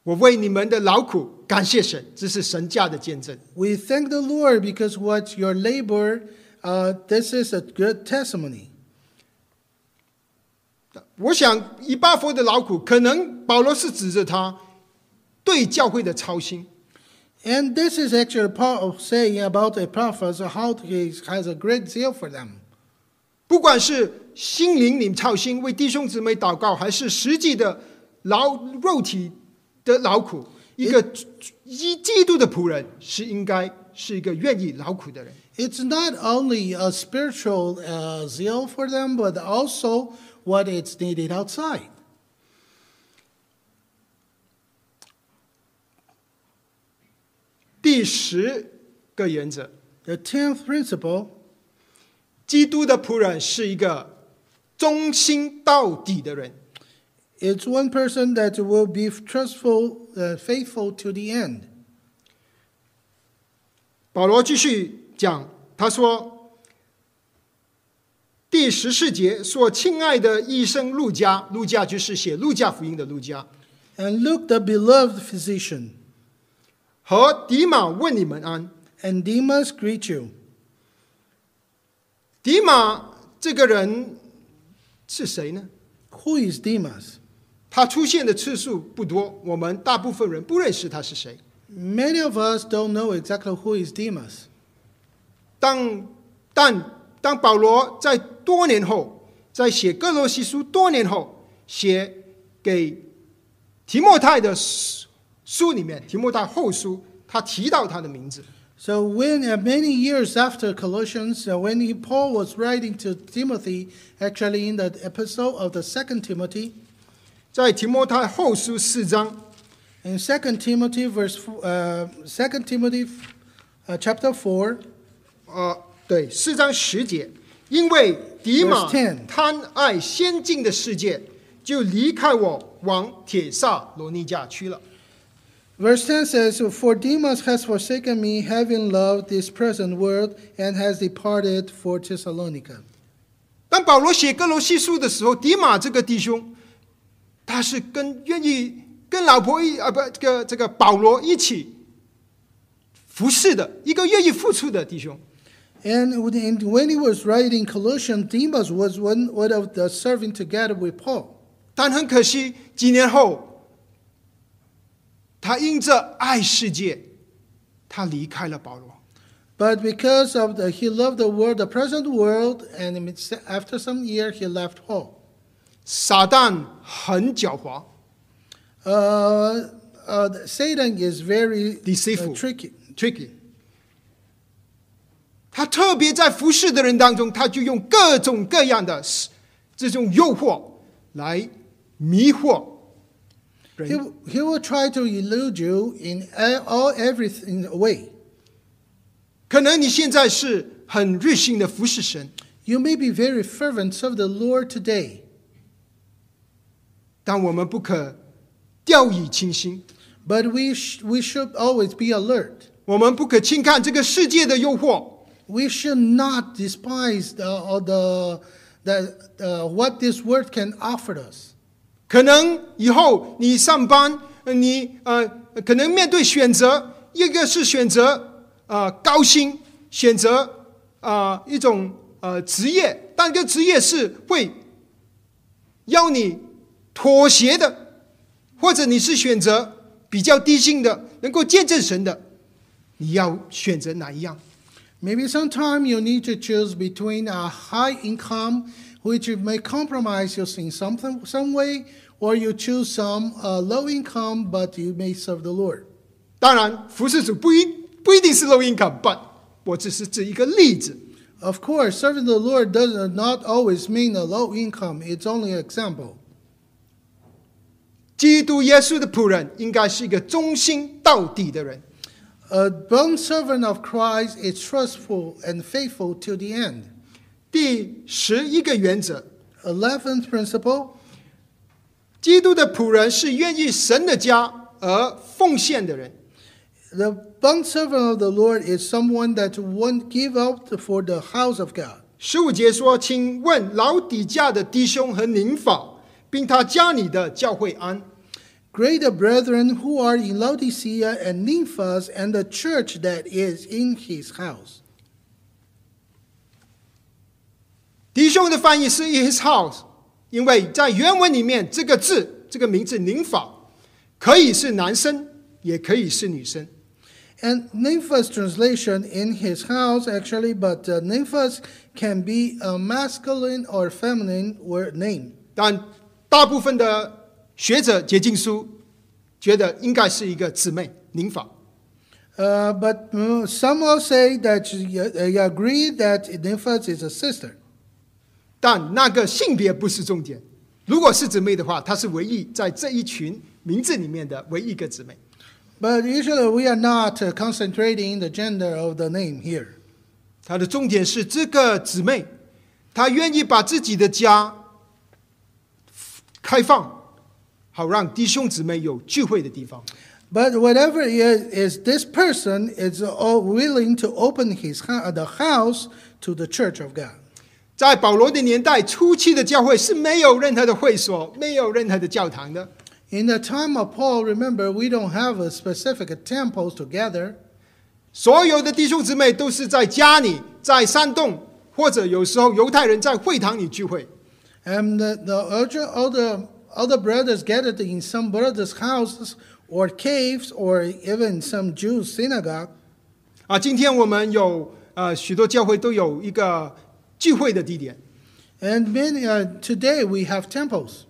我为你们的劳苦感谢神，这是神家的见证。 We thank the Lord because what your labor, uh, this is a good testimony. 我想以巴佛的劳苦，可能保罗是指着他对教会的操心。 And this is actually Paul saying about the prophets, how he has a great zeal for them. 不管是心灵里操心，为弟兄姊妹祷告，还是实际的劳肉体的劳苦，一个基基督的仆人是应该是一个愿意劳苦的人。 It's not only a spiritual uh, zeal for them, but also what it's needed outside. 第十个原则， The tenth principle 基督的仆人是一个忠心到底的人。 is one person that will be trustful, uh, faithful to the end. 保罗继续讲，他说：“第十四节说，亲爱的医生路加，路加就是写《路加福音》的路加， And Luke, the beloved physician, 和迪马问你们安。 and Demas greet you. 迪马这个人是谁呢？ Who is Demas? 他出现的次数不多，我们大部分人不认识他是谁。 Many of us don't know exactly who is Demas. 当但当保罗在多年后，在写哥罗西书多年后，写给提莫泰的书书里面，提莫泰后书，他提到他的名字。 So when uh, many years after Colossians, uh, when he, Paul was writing to Timothy, actually in the epistle of the second Timothy, 在提摩太后书四章， in second Timothy verse fo- uh, second Timothy uh, chapter four, 呃，对，四章十节，因为迪马 Verse 10贪爱先进的世界，就离开我，往铁萨罗尼亚去了。 Verse 10 says, For Demas has forsaken me, having loved this present world, and has departed for Thessalonica. 当保罗写哥罗西书的时候，迪马这个弟兄，他是跟愿意跟老婆一啊不，这个这个保罗一起服侍的一个愿意付出的弟兄。 And when- and when he was writing Colossians, Demas was one, one of the serving together with Paul. 但很可惜，几年后，他因着爱世界，他离开了保罗。 But because of the, he loved the world, the present world, and amidst- after some year he left Paul. 撒旦很狡猾， Uh, uh, Satan is very uh, Deceitful. tricky. tricky。他特别在服侍的人当中，他就用各种各样的这种诱惑来迷惑 He, 人。 he will try to elude you in a- all everything way. 可能你现在是很热心的服侍神， You may be very fervent of the Lord today, 但我们不可掉以轻心， but we, sh- we should always be alert. 我们不可轻看这个世界的诱惑。 We should not despise the, all the, the, uh, what this world can offer us. 可能以后你上班，呃你呃，可能面对选择，一个是选择呃高薪，选择呃一种呃职业，但这个职业是会要你妥协的，或者你是选择比较低薪的，能够见证神的，你要选择哪一样？ Maybe sometime you need to choose between a high income, which you may compromise you in something, some way, or you choose some uh, low income, but you may serve the Lord. 当然，服侍主不一不一定是 low income，but 我只是这一个例子。 Of course, serving the Lord does not always mean a low income. It's only an example. 基督耶稣的仆人应该是一个忠心到底的人。 A bond servant of Christ is trustful and faithful to the end. 第十一个原则， Eleventh principle 基督的仆人是愿意神的家而奉献的人。 The bondservant of the Lord is someone that won't give up for the house of God. 十五节说：“请问老底家的弟兄和您法，并他家里的教会安。 Greater brethren who are in Laodicea and Nymphas and the church that is in his house. ”弟兄的翻译是 his house，因为在原文里面这个字这个名字您法，可以是男生，也可以是女生。 And Nymphas translation in his house actually, but uh, Nymphas can be a masculine or feminine word name. 但大部分的学者解禁书觉得应该是一个姊妹您法。 Uh, but mm, some will say that you, they agree that Nymphas is a sister. 但那个性别不是重点。如果是姊妹的话，她是唯一在这一群名字里面的唯一一个姊妹。 But usually we are not uh, concentrating the gender of the name here. 她的重点是这个姊妹，她愿意把自己的家开放，好让弟兄姊妹有聚会的地方。 But whatever it is, is this person is all willing to open his hou- the house to the church of God. 在保罗的年代，初期的教会是没有任何的会所，没有任何的教堂的。 In the time of Paul, remember, we don't have a specific temples to gather. 所有的弟兄姊妹都是在家里、在山洞，或者有时候犹太人在会堂里聚会。 And the, the other, other, other brothers gathered in some brothers' houses or caves or even some Jews' synagogue. 啊，今天我们有呃许多教会都有一个聚会的地点， And many, uh, today we have temples.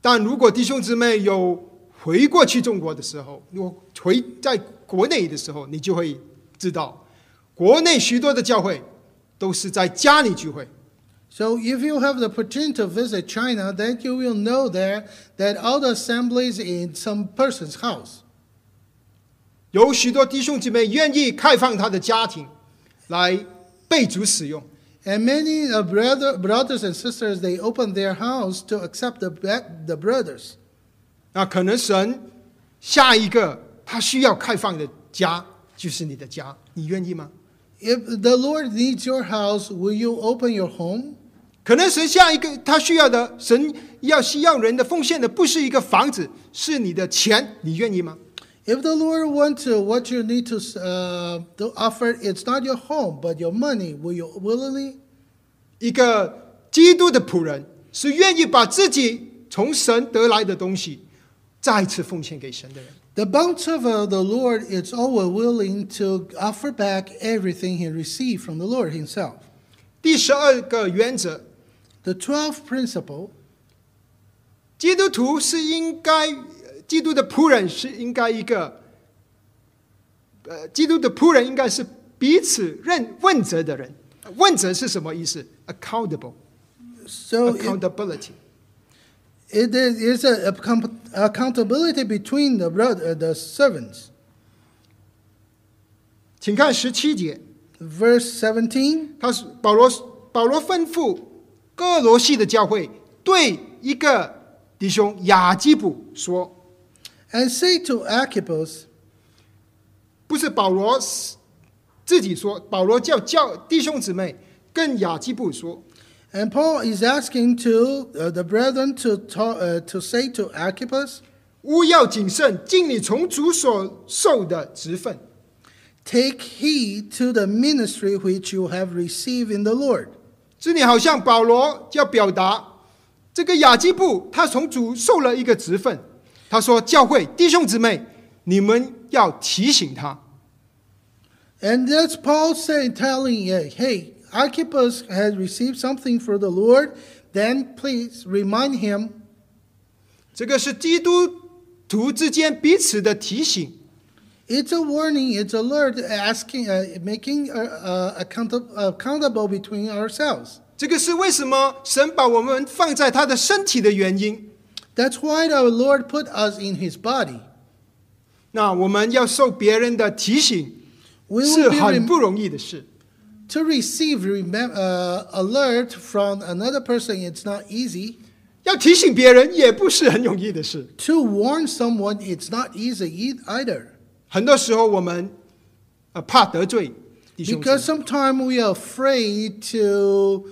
但如果弟兄姊妹有回过去中国的时候，我回在国内的时候，你就会知道，国内许多的教会都是在家里聚会， So if you have the opportunity to visit China, then you will know there that all the assemblies in some person's house. 有许多弟兄姊妹愿意开放他的家庭来被主使用。 And many uh, brother, brothers and sisters, they open their house to accept the, be- the brothers. 那可能神下一个他需要开放的家就是你的家，你愿意吗？ If the Lord needs your house, will you open your home? 可能神下一个他需要的，神要需要人的奉献的不是一个房子，是你的钱，你愿意吗？ If the Lord wants to, what you need to, uh, to offer, it's not your home, but your money. Will you willingly? 一个基督的仆人是愿意把自己从神得来的东西再次奉献给神的人。 The bondservant of uh, the Lord is always willing to offer back everything he received from the Lord himself. 第十二个原则， The 12th principle 基督徒是应该，呃基督的仆人是应该一个，呃，基督的仆人应该是彼此认问责的人。问责是什么意思？accountable，accountability。 so it- it is it's a, accom- accountability between the brother, uh, the servants. 请看十七节， Verse 17, 他是保罗保罗吩咐哥罗西的教会对一个弟兄雅基布说， and say to Archippus, 不是保罗自己说，保罗叫教弟兄姊妹跟雅基布说， and Paul is asking to uh, the brethren to talk, uh, to say to Archippus, 勿要谨慎，尽你从主所受的职分。 take heed to the ministry which you have received in the Lord. 这里好像保罗要表达，这个雅基布他从主受了一个职分，他说：“教会弟兄姊妹，你们要提醒他。 And that's Paul saying, telling you, hey, Archippus has received something for the Lord, then please remind him. ”这个是基督徒之间彼此的提醒。 It's a warning, it's alert, asking, uh, making uh, uh, accounta- accountable between ourselves. 这个是为什么神把我们放在他的身体的原因。 That's why our Lord put us in his body. 那我们要受别人的提醒 We 是 will be 很 rem- 不容易的事。 to receive remem- uh, alert from another person, it's not easy. 要提醒别人也不是很容易的事。 To warn someone, it's not easy e- either. 很多时候我们呃怕得罪弟兄姐妹 Because sometimes we are afraid to,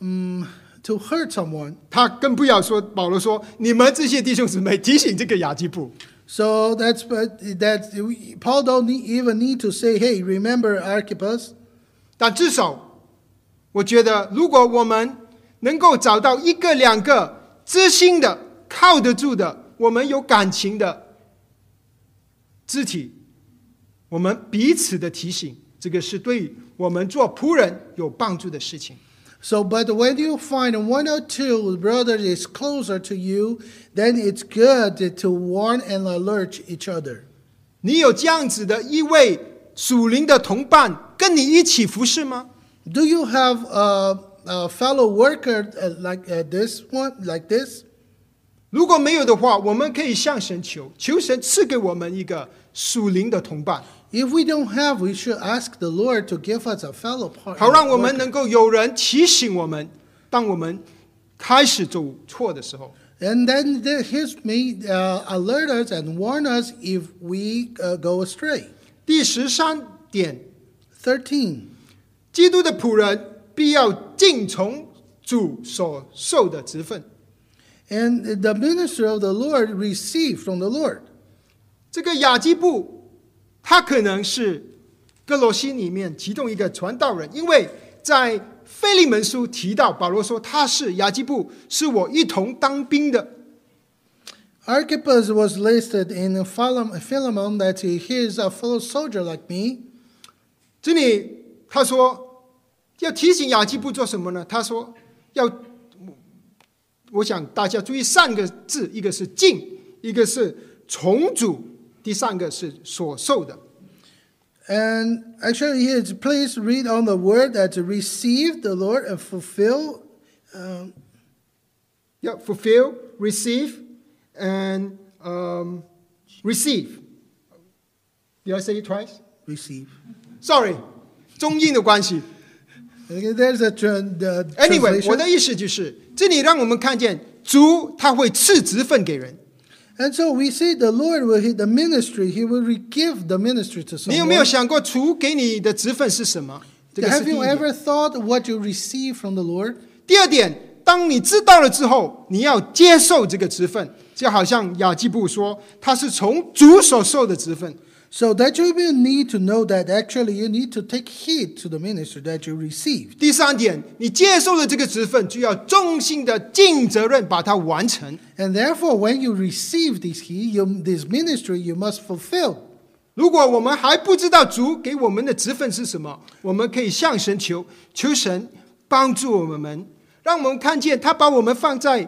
um, to hurt someone. 他更不要说保罗说你们这些弟兄姊妹提醒这个雅基布， So that's what that we- Paul don't need- even need to say, "Hey, remember Archippus." 但至少，我觉得如果我们能够找到一个两个知心的、靠得住的、我们有感情的肢体，我们彼此的提醒，这个是对我们做仆人有帮助的事情。 So, but when you find one or two brothers is closer to you, then it's good to warn and alert each other. 你有这样子的一位属灵的同伴跟你一起服侍吗？ Do you have a, a fellow worker uh, like uh, this one, like this? 如果没有的话，我们可以向神求，求神赐给我们一个属灵的同伴。 If we don't have, we should ask the Lord to give us a fellow partner. 好让我们能够有人提醒我们，当我们开始走错的时候， And then the, his may uh, alert us and warn us if we uh, go astray. 第十三点， 13. 基督的仆人必要尽从主所受的职分。 And the minister of the Lord received from the Lord. 这个雅基布，他可能是哥罗西里面其中一个传道人，因为在腓利门书提到保罗说他是雅基布，是我一同当兵的。 Archippus was listed in Philem- Philemon that he is a fellow soldier like me. 这里他说要提醒雅基布做什么呢？他说要，我想大家注意三个字，一个是敬，一个是从主，第三个是所受的。 And actually, here, it's- please read on the word that receive the Lord and fulfill. Um, 要 fulfill, receive, and um, receive. Did I say it twice? receive. Sorry，中英的关系。 Okay, there's a trans- the Anyway， translation. 我的意思就是，这里让我们看见主他会赐职分给人。 And so we see the Lord will hit the ministry. He will re- give the ministry to 你有 someone. 没有想过主给你的职分是什么？这个是 Have 第一 you 点。 ever thought what you receive from the Lord? 第二点，当你知道了之后，你要接受这个职分，就好像雅基布说，他是从主所受的职分。 So that you will need to know that actually you need to take heed to the ministry that you received. 第三点，你接受了这个职分，就要重心的尽责任把它完成。 And therefore, when you receive this he, you, this ministry, you must fulfill. 如果我们还不知道主给我们的职分是什么，我们可以向神求，求神帮助我们，让我们看见他把我们放在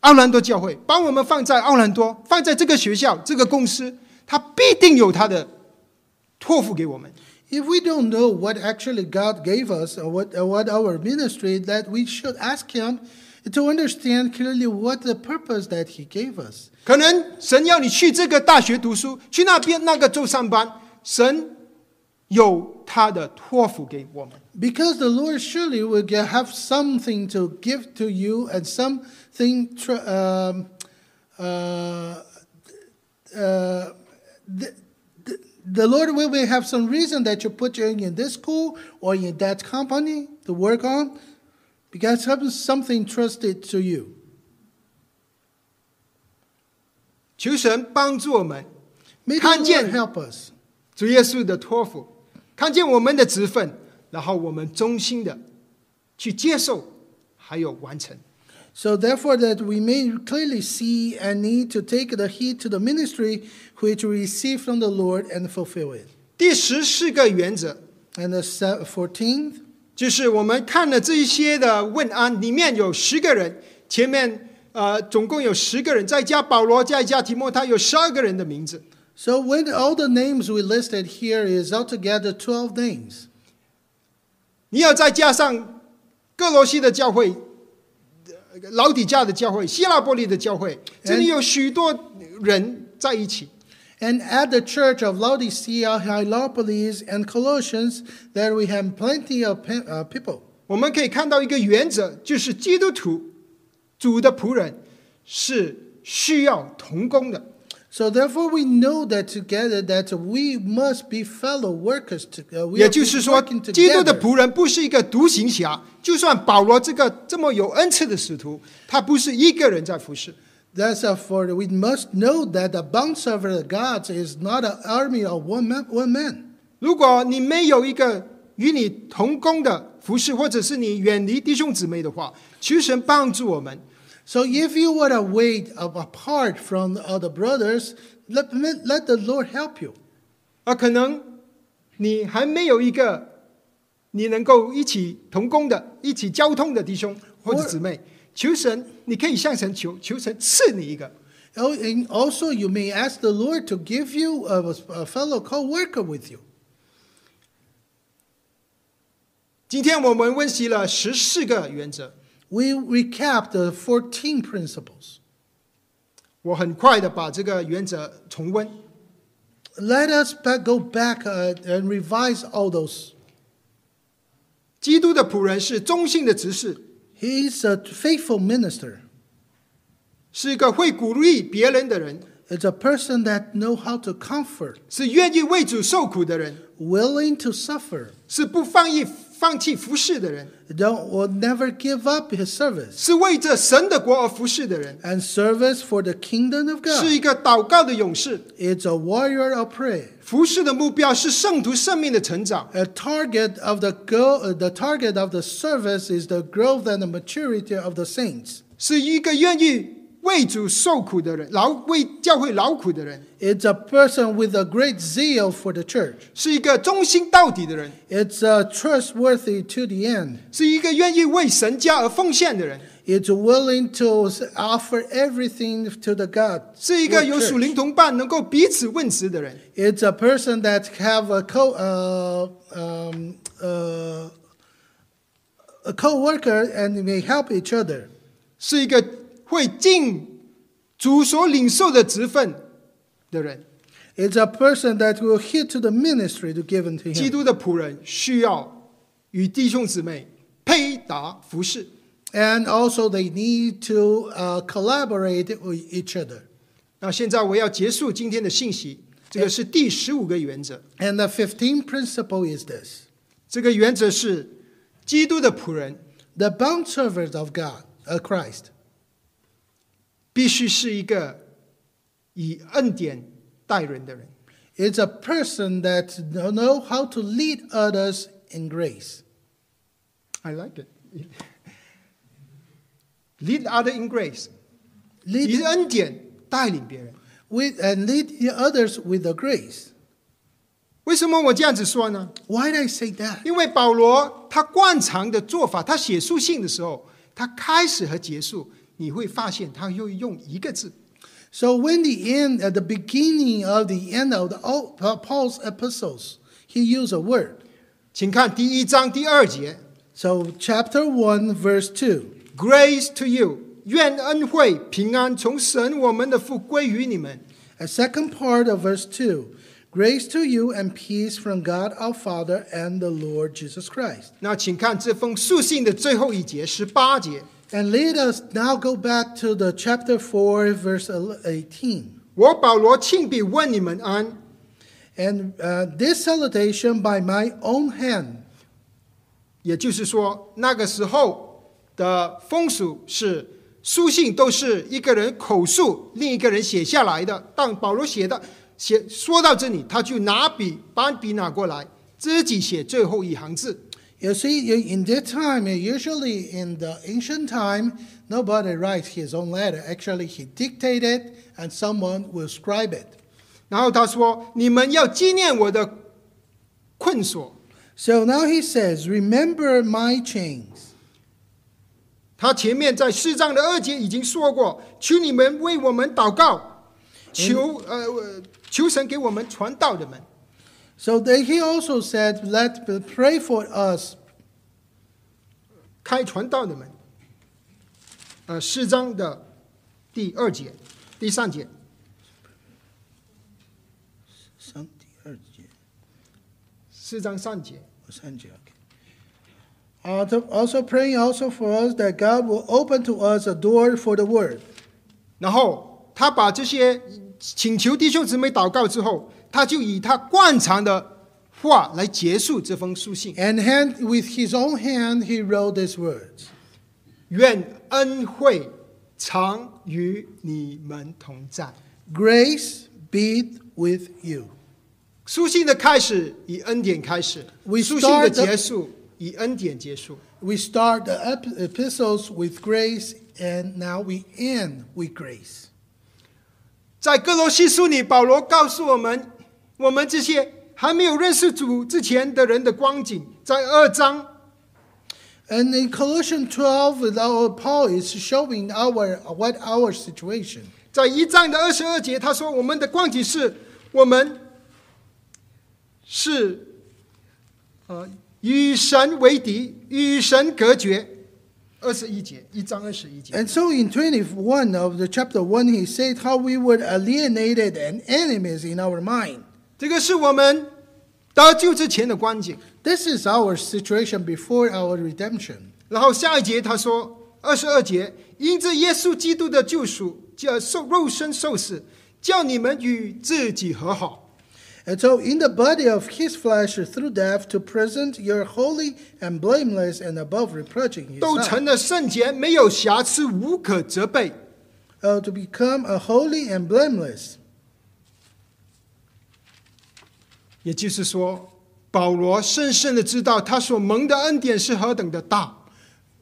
奥兰多教会，把我们放在奥兰多，放在这个学校、这个公司，他必定有他的托付给我们。 If we don't know what actually God gave us or what, or what our ministry, that we should ask Him to understand clearly what the purpose that He gave us. 可能神要你去这个大学读书，去那边那个州上班，神有他的托付给我们。 Because the Lord surely will ge- have something to give to you and something tr- um, uh, uh, the, the, the Lord will will have some reason that you put you in this school or in that company to work on because have something trusted to you. 求神帮助我们 May the 看见- Lord help us. 主耶稣的托付，看见我们的职分，然后我们衷心的去接受，还有完成。 So therefore that we may clearly see and need to take the heed to the ministry which we receive from the Lord and fulfill it. 第十四个原则 And the se- 14th, 就是我们看了这一些的问安，里面有十个人，前面呃总共有十个人，再加保罗，再加提莫他，有十二个人的名字。 so when all the names we listed here is altogether 12 names. 你要再加上各罗西的教会、呃老底加的教会、希腊伯利的教会，这里有许多人在一起。 And at the church of Laodicea, Hierapolis, and Colossians, there we have plenty of pe- uh, people. 我们可以看到一个原则，就是基督徒主的仆人是需要同工的。 So therefore, we know that together that we must be fellow workers. To, uh, we 也 are 就是说 working，基督的 together. 仆人不是一个独行侠，就算保罗这个这么有恩赐的使徒，他不是一个人在服侍， That's a for we must know that the bound servant of God is not an army of one man. One man. 如果你没有一个与你同工的服侍，或者是你远离弟兄姊妹的话，求神帮助我们， So if you were to wait up- apart from the other brothers, let, let let the Lord help you. 而可能你还没有一个你能够一起同工的、一起交通的弟兄或者姊妹，求神，你可以向神求，求神赐你一个。 Oh, and also you may ask the Lord to give you a, a fellow co-worker with you. 今天我们温习了十四个原则， We recap the 14 principles. 我很快的把这个原则重温。 Let us ba- go back uh, and revise all those. 基督的仆人是忠信的执事， He is a faithful minister. 是一个会鼓励别人的人， It's a person that know how to comfort, 是愿意为主受苦的人， willing to suffer, 是不放逸放弃服侍的人， don't will never give up his service, 是为着神的国而服侍的人， and service for the kingdom of 是 God. 一个祷告的勇士。 It's a warrior of prayer, 服侍的目标是圣徒生命的成长， a target of the go, uh, the target of the service is the growth and the maturity of the saints. 是一个愿意为主受苦的人，劳为教会劳苦的人， It's a person with a great zeal for the church. 是一个忠心到底的人， It's uh, trustworthy to the end. 是一个愿意为神家而奉献的人， It's willing to s- offer everything to the God. 是一个 or 有 church. 属灵同伴能够彼此问职的人， It's a person that have a co uh, um, uh, a co-worker and they may help each other. 是一个会尽主所领受的职分的人。 It's a person that will hear to the ministry to give unto 基 him. 督的仆人需要与弟兄姊妹配搭服侍。 And also they need to uh, collaborate with each other. 那现在我要结束今天的信息，这个是第十五个原则。 And the 15th principle is this. 这个原则是基督的仆人 The bond servant of God, uh, Christ, 必须是一个以恩典待人的人。 is a person that know- know how to lead others in grace. I like it. Lead other in grace，以 Lead 恩典带领别人。 with and lead the others with the grace. 为什么我这样子说呢？ Why did I say that? 因为保罗他惯常的做法，他写书信的时候，他开始和结束，你会发现他又用一个字， So when the end at the beginning of the end of the all, Pa- Paul's epistles, he used a word. 请看第一章第二节 So chapter one, verse two. ，Grace to you，愿恩惠平安从神我们的父归于你们。 A second part of verse two. Grace to you and peace from God our Father and the Lord Jesus Christ. 那请看这封书信的最后一节，十八节。 And let us now go back to the chapter 4, verse 18. 我保罗亲笔问你们安， And uh, this salutation by my own hand. 也就是说，那个时候的风俗是书信都是一个人口述，另一个人写下来的。但保罗写的写说到这里，他就拿笔把笔拿过来，自己写最后一行字。 You see, you- in that time, usually in the ancient time, nobody writes his own letter. Actually, he dictated and someone will scribe it. 然后他说：“你们要纪念我的困锁。 So now he says, Remember my chains. ”他前面在四章的二节已经说过：“求你们为我们祷告，求呃呃求神给我们传道的门。” So then he also said, Let pray for us. 开传道的门。呃，四章的第二节、第三节，四章三节， Also, also praying also for us that God will open to us a door for the word. 然后他把这些请求弟兄姊妹祷告之后，他就以他惯常的话来结束这封书信。 And hand, with his own hand, he wrote these words 愿恩惠常与你们同在。 Grace be with you. 书信的开始以恩典开始 We，书信的 start the- 结束以恩典结束。 We start the ep- epistles with grace, and now we end with grace. 在哥罗西书里，保罗告诉我们，我们这些还没有认识主之前的人的光景，在二章 And in Colossians 12, our Paul is showing our what our situation. 在一章的二十二节，他说我们的光景是，我们是呃与神为敌，与神隔绝。二十一节，一章二十一节。 And so in 21 of the chapter 1, he said how we were alienated and enemies in our mind. 这个是我们得救之前的光景。 This is our situation before our redemption. 然后下一节他说，二十二节，因着耶稣基督的救赎，叫受肉身受死，叫你们与自己和好。 And so in the body of his flesh through death to present your holy and blameless and above reproaching 都 his 成了圣洁，没有瑕疵，无可责备。 uh, to become a holy and blameless. 也就是说，保罗深深的知道他所蒙的恩典是何等的大，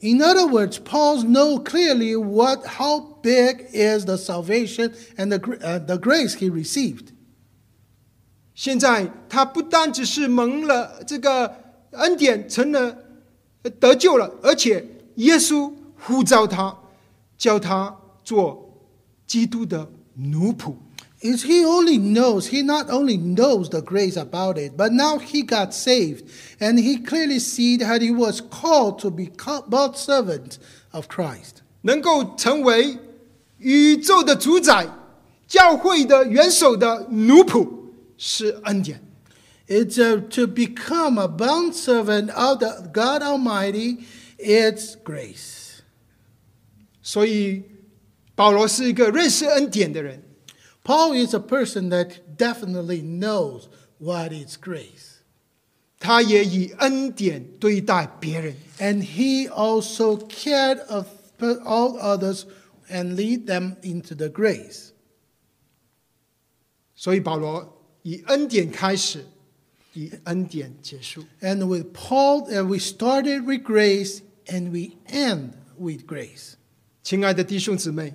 In other words, Paul's know clearly what how big is the salvation and the, gr- uh, the grace he received. 现在他不单只是蒙了这个恩典，成了呃得救了，而且耶稣呼召他，叫他做基督的奴仆。 Is he only knows, he not only knows the grace about it, but now he got saved and he clearly see that he was called to be co- bond servant of Christ. 能够成为宇宙的主宰、教会的元首的奴仆，是恩典。 It's uh, to become a bond servant of the God Almighty, it's grace. 所以，保罗是一个认识恩典的人。 Paul is a person that definitely knows what is grace. 他也以恩典对待别人， And he also cared of all others and lead them into the grace. 所以保罗以恩典开始，以恩典结束。 And with Paul, uh, we started with grace and we end with grace. 亲爱的弟兄姊妹，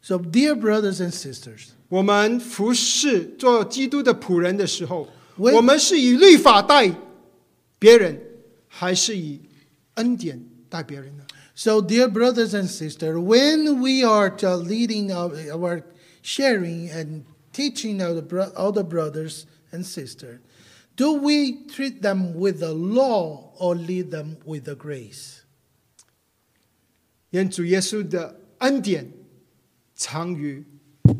So, dear brothers and sisters, 我们服侍做基督的仆人的时候，我我们是以律法待别人，还是以恩典待别人呢？ so dear brothers and sisters, when we are to leading our, our sharing and teaching our bro- other brothers and sisters, do we treat them with the law or lead them with the grace? 愿主耶稣的恩典常与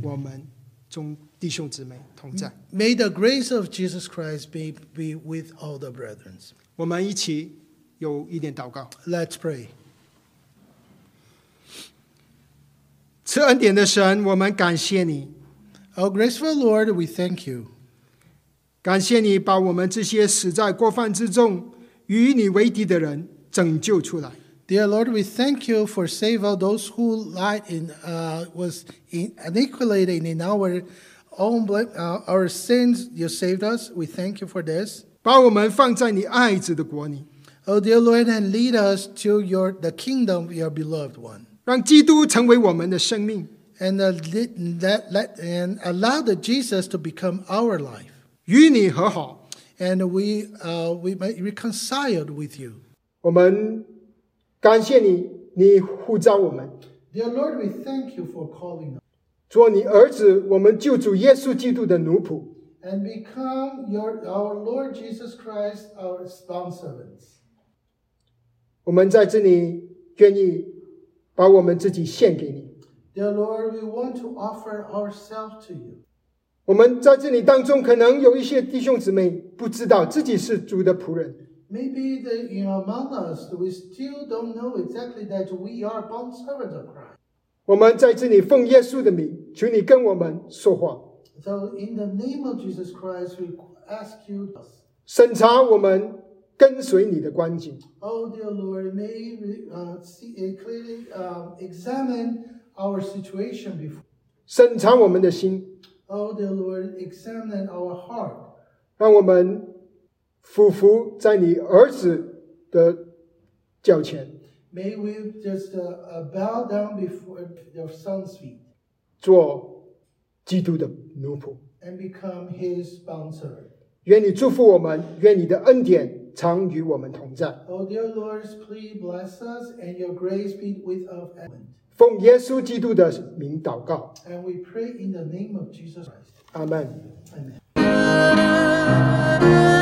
我们中弟兄姊妹同在。 May the grace of Jesus Christ be, be with all the brethren. 我们一起有一点祷告。 Let's pray. 赐恩典的神，我们感谢你， Oh, graceful Lord, we thank you. 感谢你把我们这些死在过犯之中、与你为敌的人拯救出来。 Dear Lord, we thank you for save all those who lied in uh, was in, annihilated in our own bl- uh, our sins. You saved us. We thank you for this. 把我们放在你爱子的国里， Oh, dear Lord, and lead us to your the kingdom, of your beloved one, 让基督成为我们的生命， and uh, let, let, let and allow the Jesus to become our life, 与你和好。 and we uh, we may reconciled with you. 我们感谢你，你呼召我们， Dear Lord, we thank you for calling us. 做啊你儿子，我们救主耶稣基督的奴仆。 and become your our Lord Jesus Christ our bond servants. 我们在这里愿意把我们自己献给你。 Dear Lord, we want to offer ourselves to you. 我们在这里当中，可能有一些弟兄姊妹不知道自己是主的仆人。 Maybe the, you know, among us, we still don't know exactly that we are bond servants of Christ. 我们在这里奉耶稣的名，求你跟我们说话， So in the name of Jesus Christ, we ask you, 审查我们跟随你的关系。 oh dear Lord, may we uh, see, uh, clearly um, examine our situation before. 审查我们的心， Oh dear Lord, examine our heart. 让我们俯伏在你儿子的脚前， May we just uh, uh, bow down before your son's feet 做基督的奴仆。 and become his bond servant. 愿你祝福我们，愿你的恩典常与我们同在。 Oh dear Lord, please bless us and your grace be with us. 奉耶稣基督的名祷告， And we pray in the name of Jesus Christ. 阿门。 Amen.